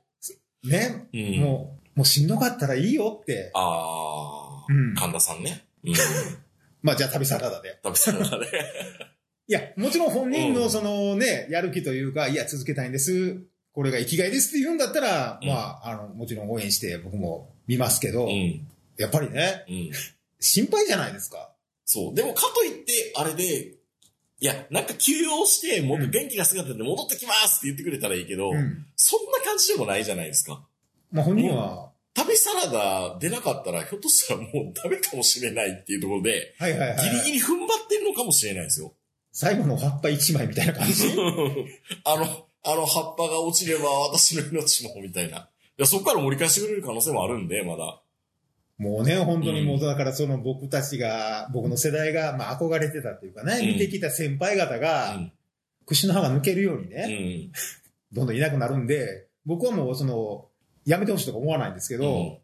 ね、
うん。
もう、もうしんどかったらいいよって。
あ
う
ー、
ん。
神田さんね。 うん。
まあ、じゃあ旅サラダで。
旅サラダね。
いや、もちろん本人
う
の
ん
そのね、やる気というか、いや、続けたいんです。これが生きがいですって言うんだったら、
うん
まあ、あの、もちろん応援して僕も見ますけど、
うん。
やっぱりね、
うん。
心配じゃないですか。
そう。でも、かといって、あれで、いや、なんか休養して、もっと元気な姿で戻ってきますって言ってくれたらいいけど、
うん。
そんな感じでもないじゃないですか。
まあ本人は、
旅サラダ出なかったら、ひょっとしたらもうダメかもしれないっていうところで、
はいはいはい。
ギリギリ踏ん張ってるのかもしれないです よ。
最後の葉っぱ一枚みたいな感じ
あの、あの葉っぱが落ちれば私の命も、みたいな。いやそこから盛り返してくれる可能性もあるんで、まだ。
もうね、本当に
う
もう、だからその僕たちが、僕の世代が、まあ憧れてたっていうかね、
うん
見てきた先輩方
う
が、
ん。
櫛の歯が抜けるように
う
ね、
ん。
どんどんいなくなるんで、僕はもうその、やめてほしいとか思わないんですけど、
うん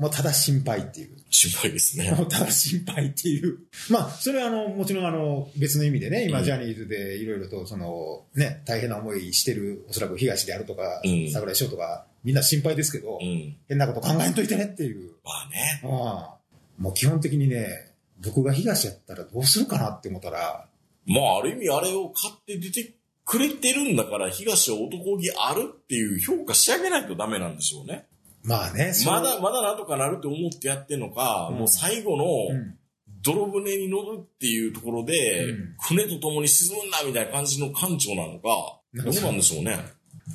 もうただ心配っていう。
心配ですね。
もうただ心配っていう。まあ、それはあの、もちろんあの、別の意味でね、
う
今、
ん
ジャニーズでいろいろと、その、ね、大変な思いしてる、おそらく東であるとか
うん、
桜井翔とか、みんな心配ですけど
う、ん。
変なこと考えんといてねっていう。
まあね。
ああもう基本的にね、僕が東やったらどうするかなって思ったら、
まあ、ある意味あれを買って出てくれてるんだから、東は男気あるっていう評価してあげないとダメなんでしょうね。
まあね、そう
まだ、、まだなんとかなると思ってやってんのか、
うん
もう最後の、
うん
泥船に乗るっていうところで、
うん
船と共に沈むんだみたいな感じの艦長なのか、
な
ど
ん
う
か
なんでしょう ね。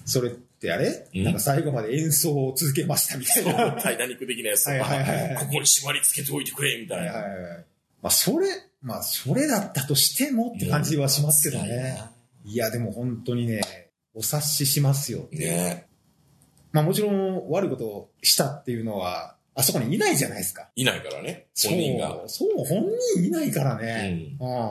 それってあれ
うん
なんか最後まで演奏を続けましたみたいな。は
タイタニック的なやつと
いはい
か、
はい。
ここに縛り付けておいてくれみた
はい
い
はい
な。
はい。まあ、それ、まあ、それだったとしてもって感じはしますけどね。いや、でも本当にね、お察ししますよっていう。
ね
まあ、もちろん悪いことをしたっていうのは、あそこにいないじゃないですか。
いないからね、本人が。
そう、そう本人いないから
う
ね。
ん。
うん。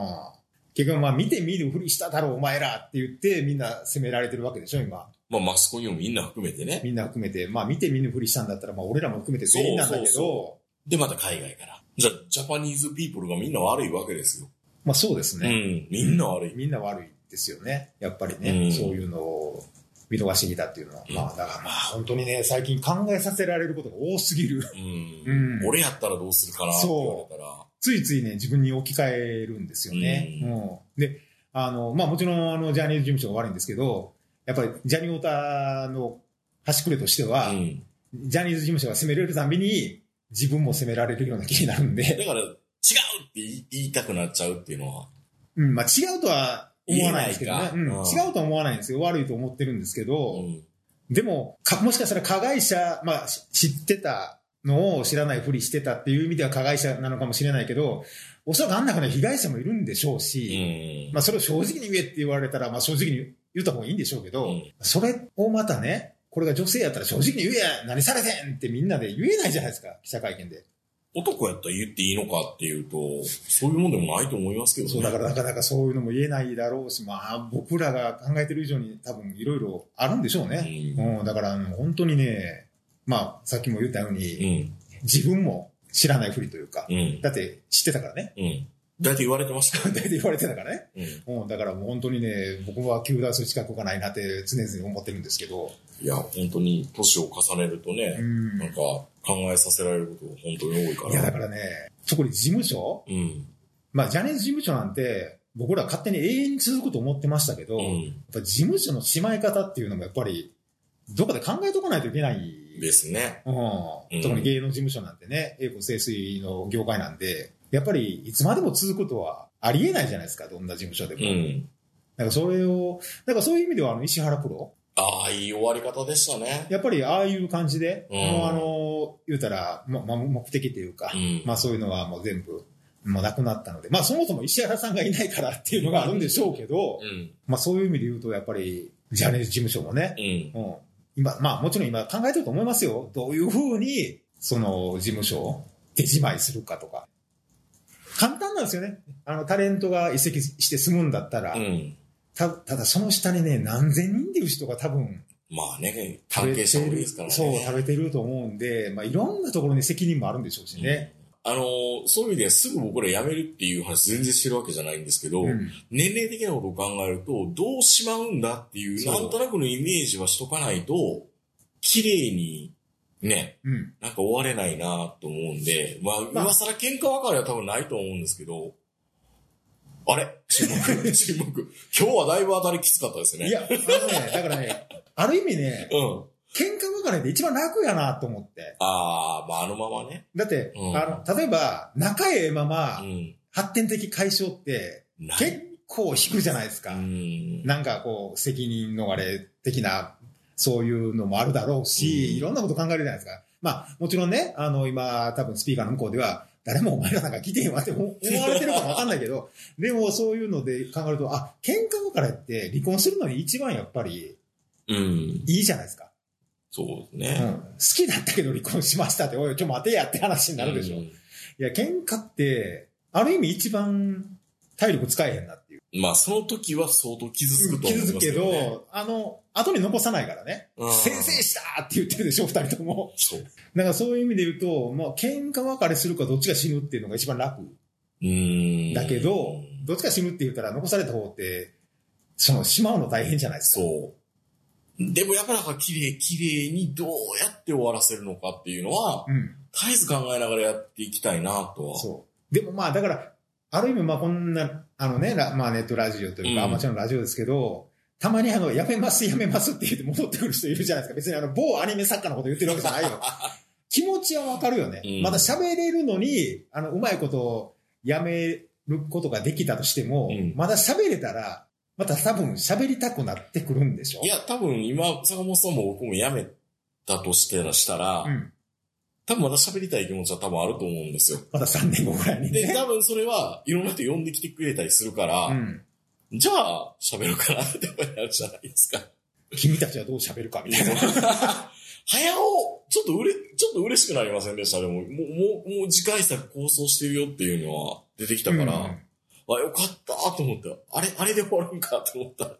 結局、まあ、見て見るふりしただろう、お前らって言って、みんな責められてるわけでしょ、今。
まあ、マスコミもみんな含めてね。
みんな含めて、まあ、見て見ぬふりしたんだったら、まあ、俺らも含めて全員なんだけど、
そうそうで、また海外から。じゃあ、ジャパニーズピープルがみんな悪いわけですよ。
まあ、そうですね。
うん。みんな悪い。
みんな悪いですよね。やっぱりね、
うん
そういうのを見逃してきたっていうのは。
うん
まあ、だからまあ、本当にね、最近考えさせられることが多すぎる。
うん。
うん
俺やったらどうするかなって言われたら。
ついついね、自分に置き換えるんですよね。
う
うんで、あの、まあもちろん、あの、ジャニーズ事務所が悪いんですけど、やっぱりジャニオタの端くれとしては、
うん。
ジャニーズ事務所が責められるたびに、自分も責められるような気になるんで、
だから、違うって言い言いたくなっちゃうっていうのは。
うん、まあ違うとは思わないですけどね。
言
う
え
ん、
ないかうん
違うとは思わないんですよ。悪いと思ってるんですけ
う
ど、
ん。
でも、かもしかしたら加害者、まあし知ってたのを知らないふりしてたっていう意味では加害者なのかもしれないけど、おそらくあん中には被害者もいるんでしょう
う
し、
ん。
まあそれを正直に言えって言われたら、まあ正直に言った方がいいんでしょうけど、
うん
それをまたね、これが女性やったら正直に言えや何されてんってみんなで言えないじゃないですか、記者会見で。
男やったら言っていいのかっていうと、そういうもんでもないと思いますけどね。
そうだからなかなかそういうのも言えないだろうし、まあ、僕らが考えてる以上に多分いろいろあるんでしょう
う
ね。
ん。
うん、だからあの本当にね、まあ、さっきも言ったよう
う
に、
ん。
自分も知らないふりというか、
うん。
だって知ってたからね。
うん。だいたい言われてました
大体言われてたからね。
うん。
うん、だからもう本当にね、僕は球団する資格がないなって常々思ってるんですけど、
いや、本当に、年を重ねると
う
ね、
ん
なんか、考えさせられることが本当に多いから。
いや、だからね、特に事務所、
うん。
まあ、ジャニーズ事務所なんて、僕ら勝手に永遠に続くと思ってましたけど、
う
やっ
ん。
ぱ事務所のしまい方っていうのもやっぱり、どこかで考えとかないといけない。
ですね。
うん
うん
特に芸能事務所なんてね、栄光清水の業界なんで、やっぱりいつまでも続くことはありえないじゃないですか、どんな事務所で
う
も。
ん。
なんかそれを、なんかそういう意味ではあの石原プロ、
ああ、いい終わり方でしたね。
やっぱりああいう感じで、
うん
もうあの、言うたら、ま、ま目的というか、
うん。
まあそういうのはもう全部、もうなくなったので、まあそもそも石原さんがいないからっていうのがあるんでしょうけど、
うん。
まあそういう意味で言うとやっぱり、ジャニーズ事務所もね
う、ん。
うん、今、まあもちろん今考えてると思いますよ。どういうふうに、その事務所を手じまいするかとか。簡単なんですよね。あのタレントが移籍して済むんだったら、
うん。
たただその下にね、何千人っていう人が多分、
まあね、
食べ
関係
てる
者多いですからね。
そう、食べてると思うんで、まあいろんなところに責任もあるんでしょうしね。
あのーそういう意味ではすぐ僕ら辞めるっていう話全然してるわけじゃないんですけど、
うん
年齢的なことを考えると、どうしまうんだっていう、
そう
なんとなくのイメージはしとかないと、綺麗に、ね、
うん
なんか終われないなと思うんで、まあ、
まあ
今更喧嘩別れは多分ないと思うんですけど、あれ沈 黙、沈黙。今日はだいぶ当たりきつかったですね。
いや、あのね、だからね、ある意味ね、
うん。
喧嘩別れで一番楽やなと思って。
ああ、まああのままね。
だって、
うん
あの、例えば、仲ええま
う
ま、
ん。
発展的解消って、
な
結構引くじゃないですか。
うん。
なんかこう、責任逃れ的な、そういうのもあるだろうし、
うん
いろんなこと考えるじゃないですか。まあ、もちろんね、あの、今、多分スピーカーの向こうでは、誰もお前らなんか来てへんわって思思われてるかもわかんないけど、でもそういうので考えると、あ、喧嘩別れって離婚するのに一番やっぱり
うん。
いいじゃないですか。
そう
う
ね。
ん好きだったけど離婚しましたって、おい、ちょ、待てやって話になるでしょ。
う
い
ん
や、喧嘩って、ある意味一番体力使えへんなっていう。
まあ、その時は相当傷つくと思いま
傷
す
つくけ
けど、ね。
ど、あの、後に残さないからね。
うん
先生したって言ってるでしょ、二人とも。
そう。
だからそういう意味で言うと、まあ、喧嘩別れするかどっちが死ぬっていうのが一番楽。
うん。
だけど、どっちが死ぬって言ったら残された方って、その、しまうの大変じゃないですか。
そう。でもやっぱなんか綺麗、綺麗にどうやって終わらせるのかっていうのは、
うん。
絶えず考えながらやっていきたいなとは。
そう。でもまあ、だから、ある意味、まあこんな、あのね、ラまあネットラジオというか、
うん
アマチュアのラジオですけど、たまにあの、やめます、やめますって言って戻ってくる人いるじゃないですか。別にあの、某アニメ作家のこと言ってるわけじゃない よ。気持ちはわかるよね。
うん
まだ喋れるのに、あの、うまいことをやめることができたとしても、
うん
まだ喋れたら、また多分喋りたくなってくるんでしょ
いや、多分今、坂本さんも僕も辞めたとしてしたら、
うん。
多分また喋りたい気持ちは多分あると思うんですよ。
まだ3年後ぐらいに
で、
ね。
多分それはいろんな人呼んできてくれたりするから、
うん。
じゃあ喋るかなってなるじゃないです か。
君たちはどう喋るかみたいな。
早尾ちょっとうれ、ちょっと嬉しくなりませんでした。でも、もう、もう、もう次回作構想してるよっていうのは出てきたから、
うん
あ、よかったと思って、あれ、あれで終わるんかと思ったら。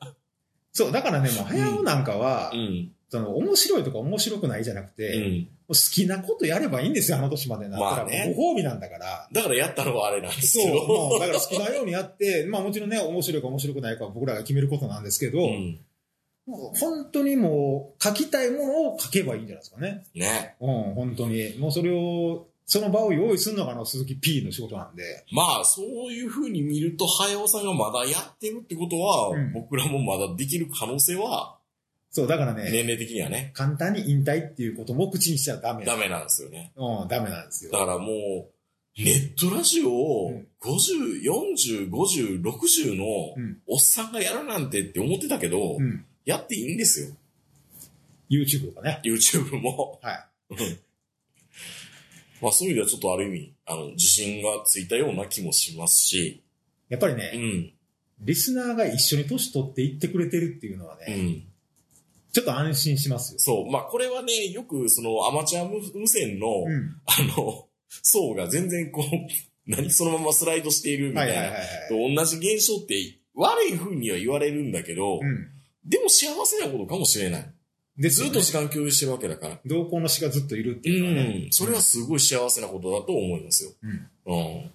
そう、だからね、もう早尾なんかは、
うん。
その、面白いとか面白くないじゃな
う。
くて、もうん好きなことやればいいんですよ、あの年までなった
ま
ら。
あね
もうご褒美なんだから。
だからやったのはあれなんです
そう
け、ど。
もうだから好きなように やって、まあもちろんね、面白いか面白くないかは僕らが決めることなんですけど、
ん。
もう本当にもう書きたいものを書けばいいんじゃないですかね。
ね。
うん、本当に。もうそれをその場を用意するのがあの鈴木 P の仕事なんで、
まあ、そういう風に見ると、早尾さんがまだやってるってことは、
うん
僕らもまだできる可能性は、
そう、だからね、
年齢的にはね、
簡単に引退っていうことも口にしちゃダメ。
ダメなんですよね。
うん、ダメなんです
だ
よ。
からもう、ネットラジオを
うん
50、40、50、60の
うん
おっさんがやるなんてって思ってたけど、
うん。
やっていいんですよ。
YouTube とかね。
YouTube も。
はい。
まあそういう意味ではちょっとある意味、あの、自信がついたような気もしますし、
やっぱり
う
ね、
ん、
リスナーが一緒に年取っていってくれてるっていうのは
う
ね、
ん。
ちょっと安心しますよ。
そう。まあこれはね、よくそのアマチュア無線の、
うん。
あの、層が全然こう、 何そのままスライドしているみ
は
た
いはい
い
はい
な、
はい。
と同じ現象って悪い風には言われるんだけど、
うん。
でも幸せなことかもしれない。
で、
ずっと時間共有してるわけだから。
同行の死がずっといるって
う
いうのはね、
ん。それはすごい幸せなことだと思いますよ。
うん
うん。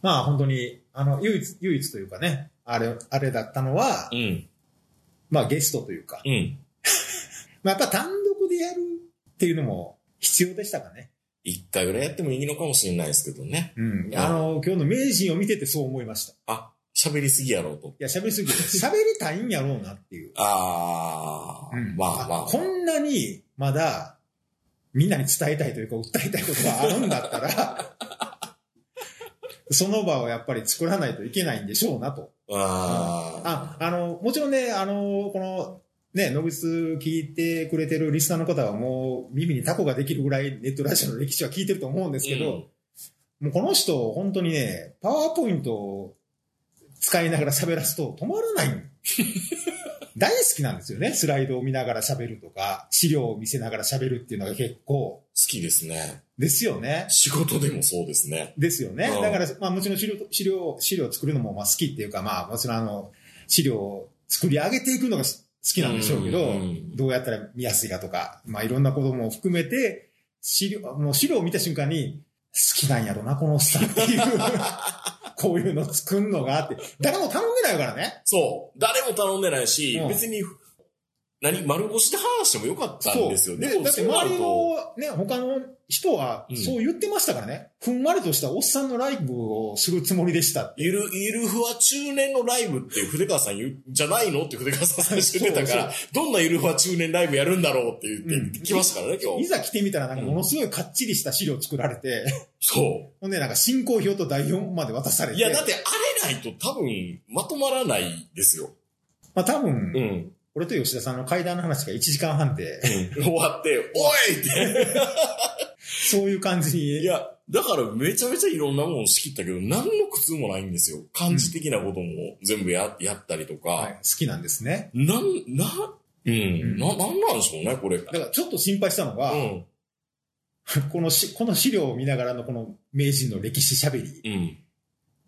まあ本当に、あの、唯一、唯一というかね、あれ、あれだったのは、
うん。
まあゲストというか、
うん。
まあやっぱ単独でやるっていうのも必要でしたかね。
一回ぐらいやってもいいのかもしれないですけどね。
うん。あの、今日の名人を見ててそう思いました。い
あ、喋りすぎやろうと。
や、喋りすぎて、喋りたいんやろうなっていう。
あー、まあまあ。
こんなにまだみんなに伝えたいというか訴えたいことがあるんだったら、 その場をやっぱり作らないといけないんでしょうなと。あ
あ、
あの、もちろんね、あの、この、ね、野口聞いてくれてるリスナーの方はもう耳にタコができるぐらいネットラジオの歴史は聞いてると思うんですけど、もうこの人、本当にね、パワーポイントを使いながら喋らすと止まらないの。大好きなんですよね。スライドを見ながら喋るとか、資料を見せながら喋るっていうのが結構。
好きですね。
ですよね。
仕事でもそうですね。
ですよね
うん。
だから、まあもちろん資料、資料、資料を作るのもまあ好きっていうか、まあもちろんあの、資料を作り上げていくのが好きなんでしょうけど、
うん
どうやったら見やすいかとか、まあいろんなことも含めて、資料、もう資料を見た瞬間に、好きなんやろな、このおっさんっていう。 こういうの作んのがって。誰も頼んでないからね。
そう。誰も頼んでないし、
うん
別に、何、丸腰で話してもよかったんですよ。でも、
だって
そうな
周
る
り
と、
のね、他の人は
うん
そう言ってましたからね。ふんわりとしたおっさんのライブをするつもりでした。
ゆる、ゆるふわ中年のライブって筆川さん言う、じゃないのって筆川さん最初言ってたから、どんなゆるふわ中年ライブやるんだろうって言ってきましたからね、今
い
日。
ざ来てみたらなんかものすごいかっちりした資料作られて、
そ
ほんでなんか進行表と台本まで渡され
う。
て。
いや、だってあれないと多分、まとまらないですよ。
まあ多分、
うん。
俺と吉田さんの会談の話が1時間半で、
終わって、おいって。
そういう感じに
いや、だからめちゃめちゃいろんなものを仕切ったけど、何の苦痛もないんですよ。漢字的なことも全部や、やったりとか。
はい、好きなんですね。
なん、な、うん、
ん
な、なんなんでしょうね、これ。
だからちょっと心配したのが、
うん、
このし、この資料を見ながらのこの名人の歴史喋り、
うん。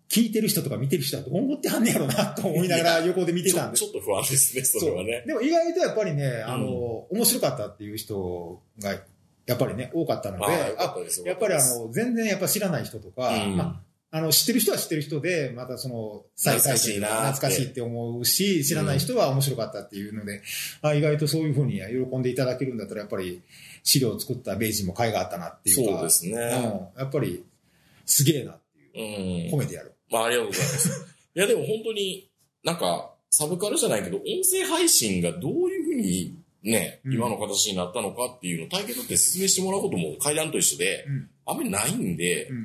聞いてる人とか見てる人はどう思ってはんねやろなと思いながら横で見て
ち
た
ょ
んで
ち
す。
ょっと不安ですね、それはね。
でも意外とやっぱりね、あの、面白かったっていう人が、やっぱりね、多かったので、
あーよかっ
あ
たですよ
やっぱりあの、全然やっぱ知らない人とか、
うん
まあ、あの、知ってる人は知ってる人で、またその、再再生
懐かしいなーって
懐かしいって思うし、知らない人は面白かったっていうので、あ意外とそういうふうに喜んでいただけるんだったら、やっぱり資料を作った米人も甲斐があったなっていうか、
そうですね。
うん、やっぱり、すげえなっていうう、褒
ん。
めてやる。
まあ、ありがとうございます。いや、でも本当に、なんか、サブカルじゃないけど、音声配信がどういうふうに、ね、
うん
今の形になったのかっていうのを体験取って説明してもらうことも階段と一緒で、
うん
あんまりないんで、
うんうん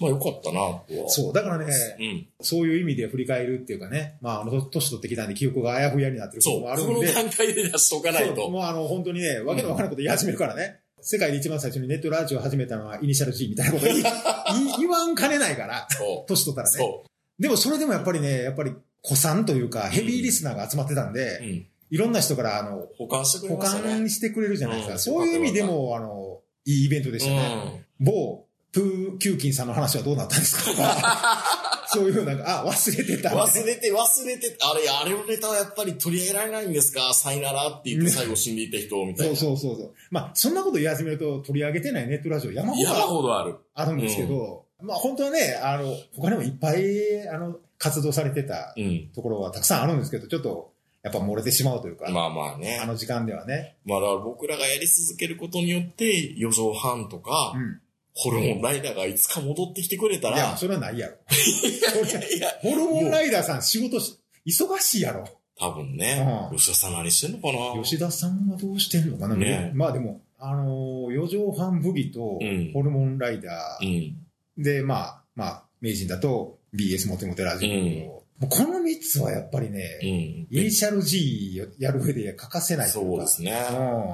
まあよかったな、とは。
そう、だからね、
うん。
そういう意味で振り返るっていうかね、まあ、あの、年取ってきたんで記憶があやふやになってる
そ
こと
う。
も
こ
あるん
の
で、
段階で出しとかない
そう
と。
もうあの、本当にね、わけのわからないこと言い始めるからね、世界で一番最初にネットラジオを始めたのはイニシャル G みたいな こと言い言い言わんかねないから、
そ
年取った
う。
らね。
そ
でもそれでもやっぱりね、やっぱり、古参というか、ヘビーリスナーが集まってたんで、
う。うん。
いろんな人から、あの、
保管してくれ
保
ましたね。
管してくれるじゃないですか。
うん
そういう意味でも、あの、いいイベントでしたね。
うん
某、プーキューキンさんの話はどうなったんですかと かそういうなんか、あ、忘れてた、
忘れて、忘れて、あれ、あれのネタはやっぱり取り上げられないんですかさいならって言って
ね
最後死んでいった人みたい
そ
な。
うそうそうそう。まあ、そんなこと言い始めると、取り上げてないネットラジオ山ほど
山ほどある。
あるんですけど、まあ本当はね、あの、他にもいっぱい、あの、活動されてた
うん。
ところはたくさんあるんですけど、ちょっと、やっぱ漏れてしまうというか、
まあまあ
あ
ね。
の時間ではね。
まあだから僕らがやり続けることによって、4畳半とか
う、ん。
ホルモンライダーがいつか戻ってきてくれた
いや、
ら、
それはないや ろ。そりゃ
いや、
ホルモンライダーさん仕事し、忙しいやろ。
多分ね、
うん
吉田さん何してんのかな
吉田さんはどうしてんのかな、
ね
まあでも、あのー、四畳半武器と
うん
ホルモンライダ
う
ー、
ん。
で、まあ、まあ、名人だと BS モテモテラジオ、
うん
もうこの3つはやっぱりね、
うん。
イニシャル G をやる上で欠かせないとい
そうで
か
すね。
うん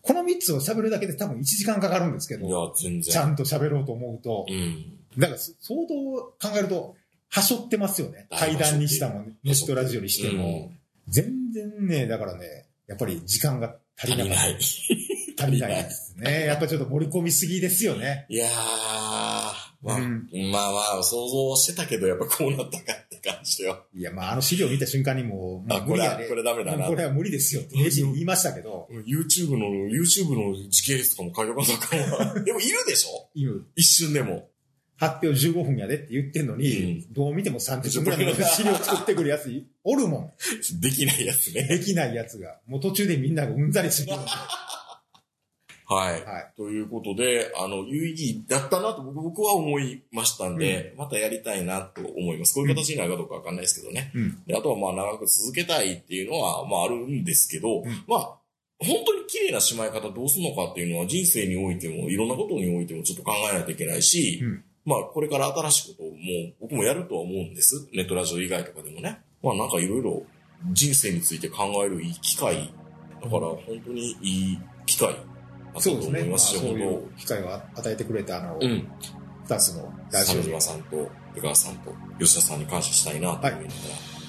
この3つを喋るだけで多分1時間かかるんですけ
いや
ど、、
全
ちゃ
然。
んと喋ろうと思うと
う、ん。
だから相当考えると、はしょってますよね。
だい
階
ぶ
段にしたもね、ネットラジオにしても。
うん
全然ね、だからね、やっぱり時間が足
足
りな
り
かった。
ない。
足りないですね。やっぱちょっと盛り込みすぎですよね。
いやー、まあ、
うん
まあまあ、想像してたけど、やっぱこうなったかって感じだよ。
いや、まあ、あの資料見た瞬間にもう、も
あ、
う
こ
無理
れ
や
は
で、
これダメだな
もう。これは無理ですよって名人に言いましたけど、
YouTube の、YouTube の時系列とかも書いとかな あかんわでもいるでしょ
今、
一瞬でも。
発表15分やでって言ってんのに、どう見ても30分ぐらいの資料作ってくるやつ、おるもん。
できないやつね。
できないやつが。もう途中でみんながうんざ りしてる。は
はい。
い。
ということで、あの、有意義だったなと僕僕は思いましたんで、またやりたいなと思います。こういう形になるかどうかわかんないですけどね。
うん。
であとはまあ長く続けたいっていうのは、まああるんですけど、
うん
まあ、本当に綺麗なしまい方どうするのかっていうのは人生においても、いろんなことにおいてもちょっと考えないといけないし、
うん
まあこれから新しいことをもう僕もやるとは思うんです。ネットラジオ以外とかでもね。まあなんかいろいろ人生について考えるいい機会、だから本当にいい機会だったと
そうです
思
ね。
い
ま
ま
あ、
すし、
そう
本
いう機会を与えてくれた、あの
当、、うん。
二つのラジ
鮫
オ
島さんと江川さんと吉田さんに感謝したいなと思いなが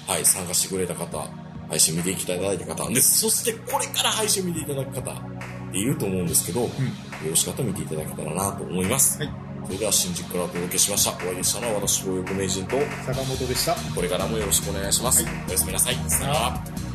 ら、はい、参加してくれた方、配信見ていただいた方、で、そしてこれから配信見ていただく方、いると思うんですけど、よろしかったら見ていただけたらなと思います。
はい
それでは新宿からお届けしました。お会いでしたのは私、ご欲名人と、
坂本でした。
これからもよろしくお願いします。おやすみなさい。さよなら。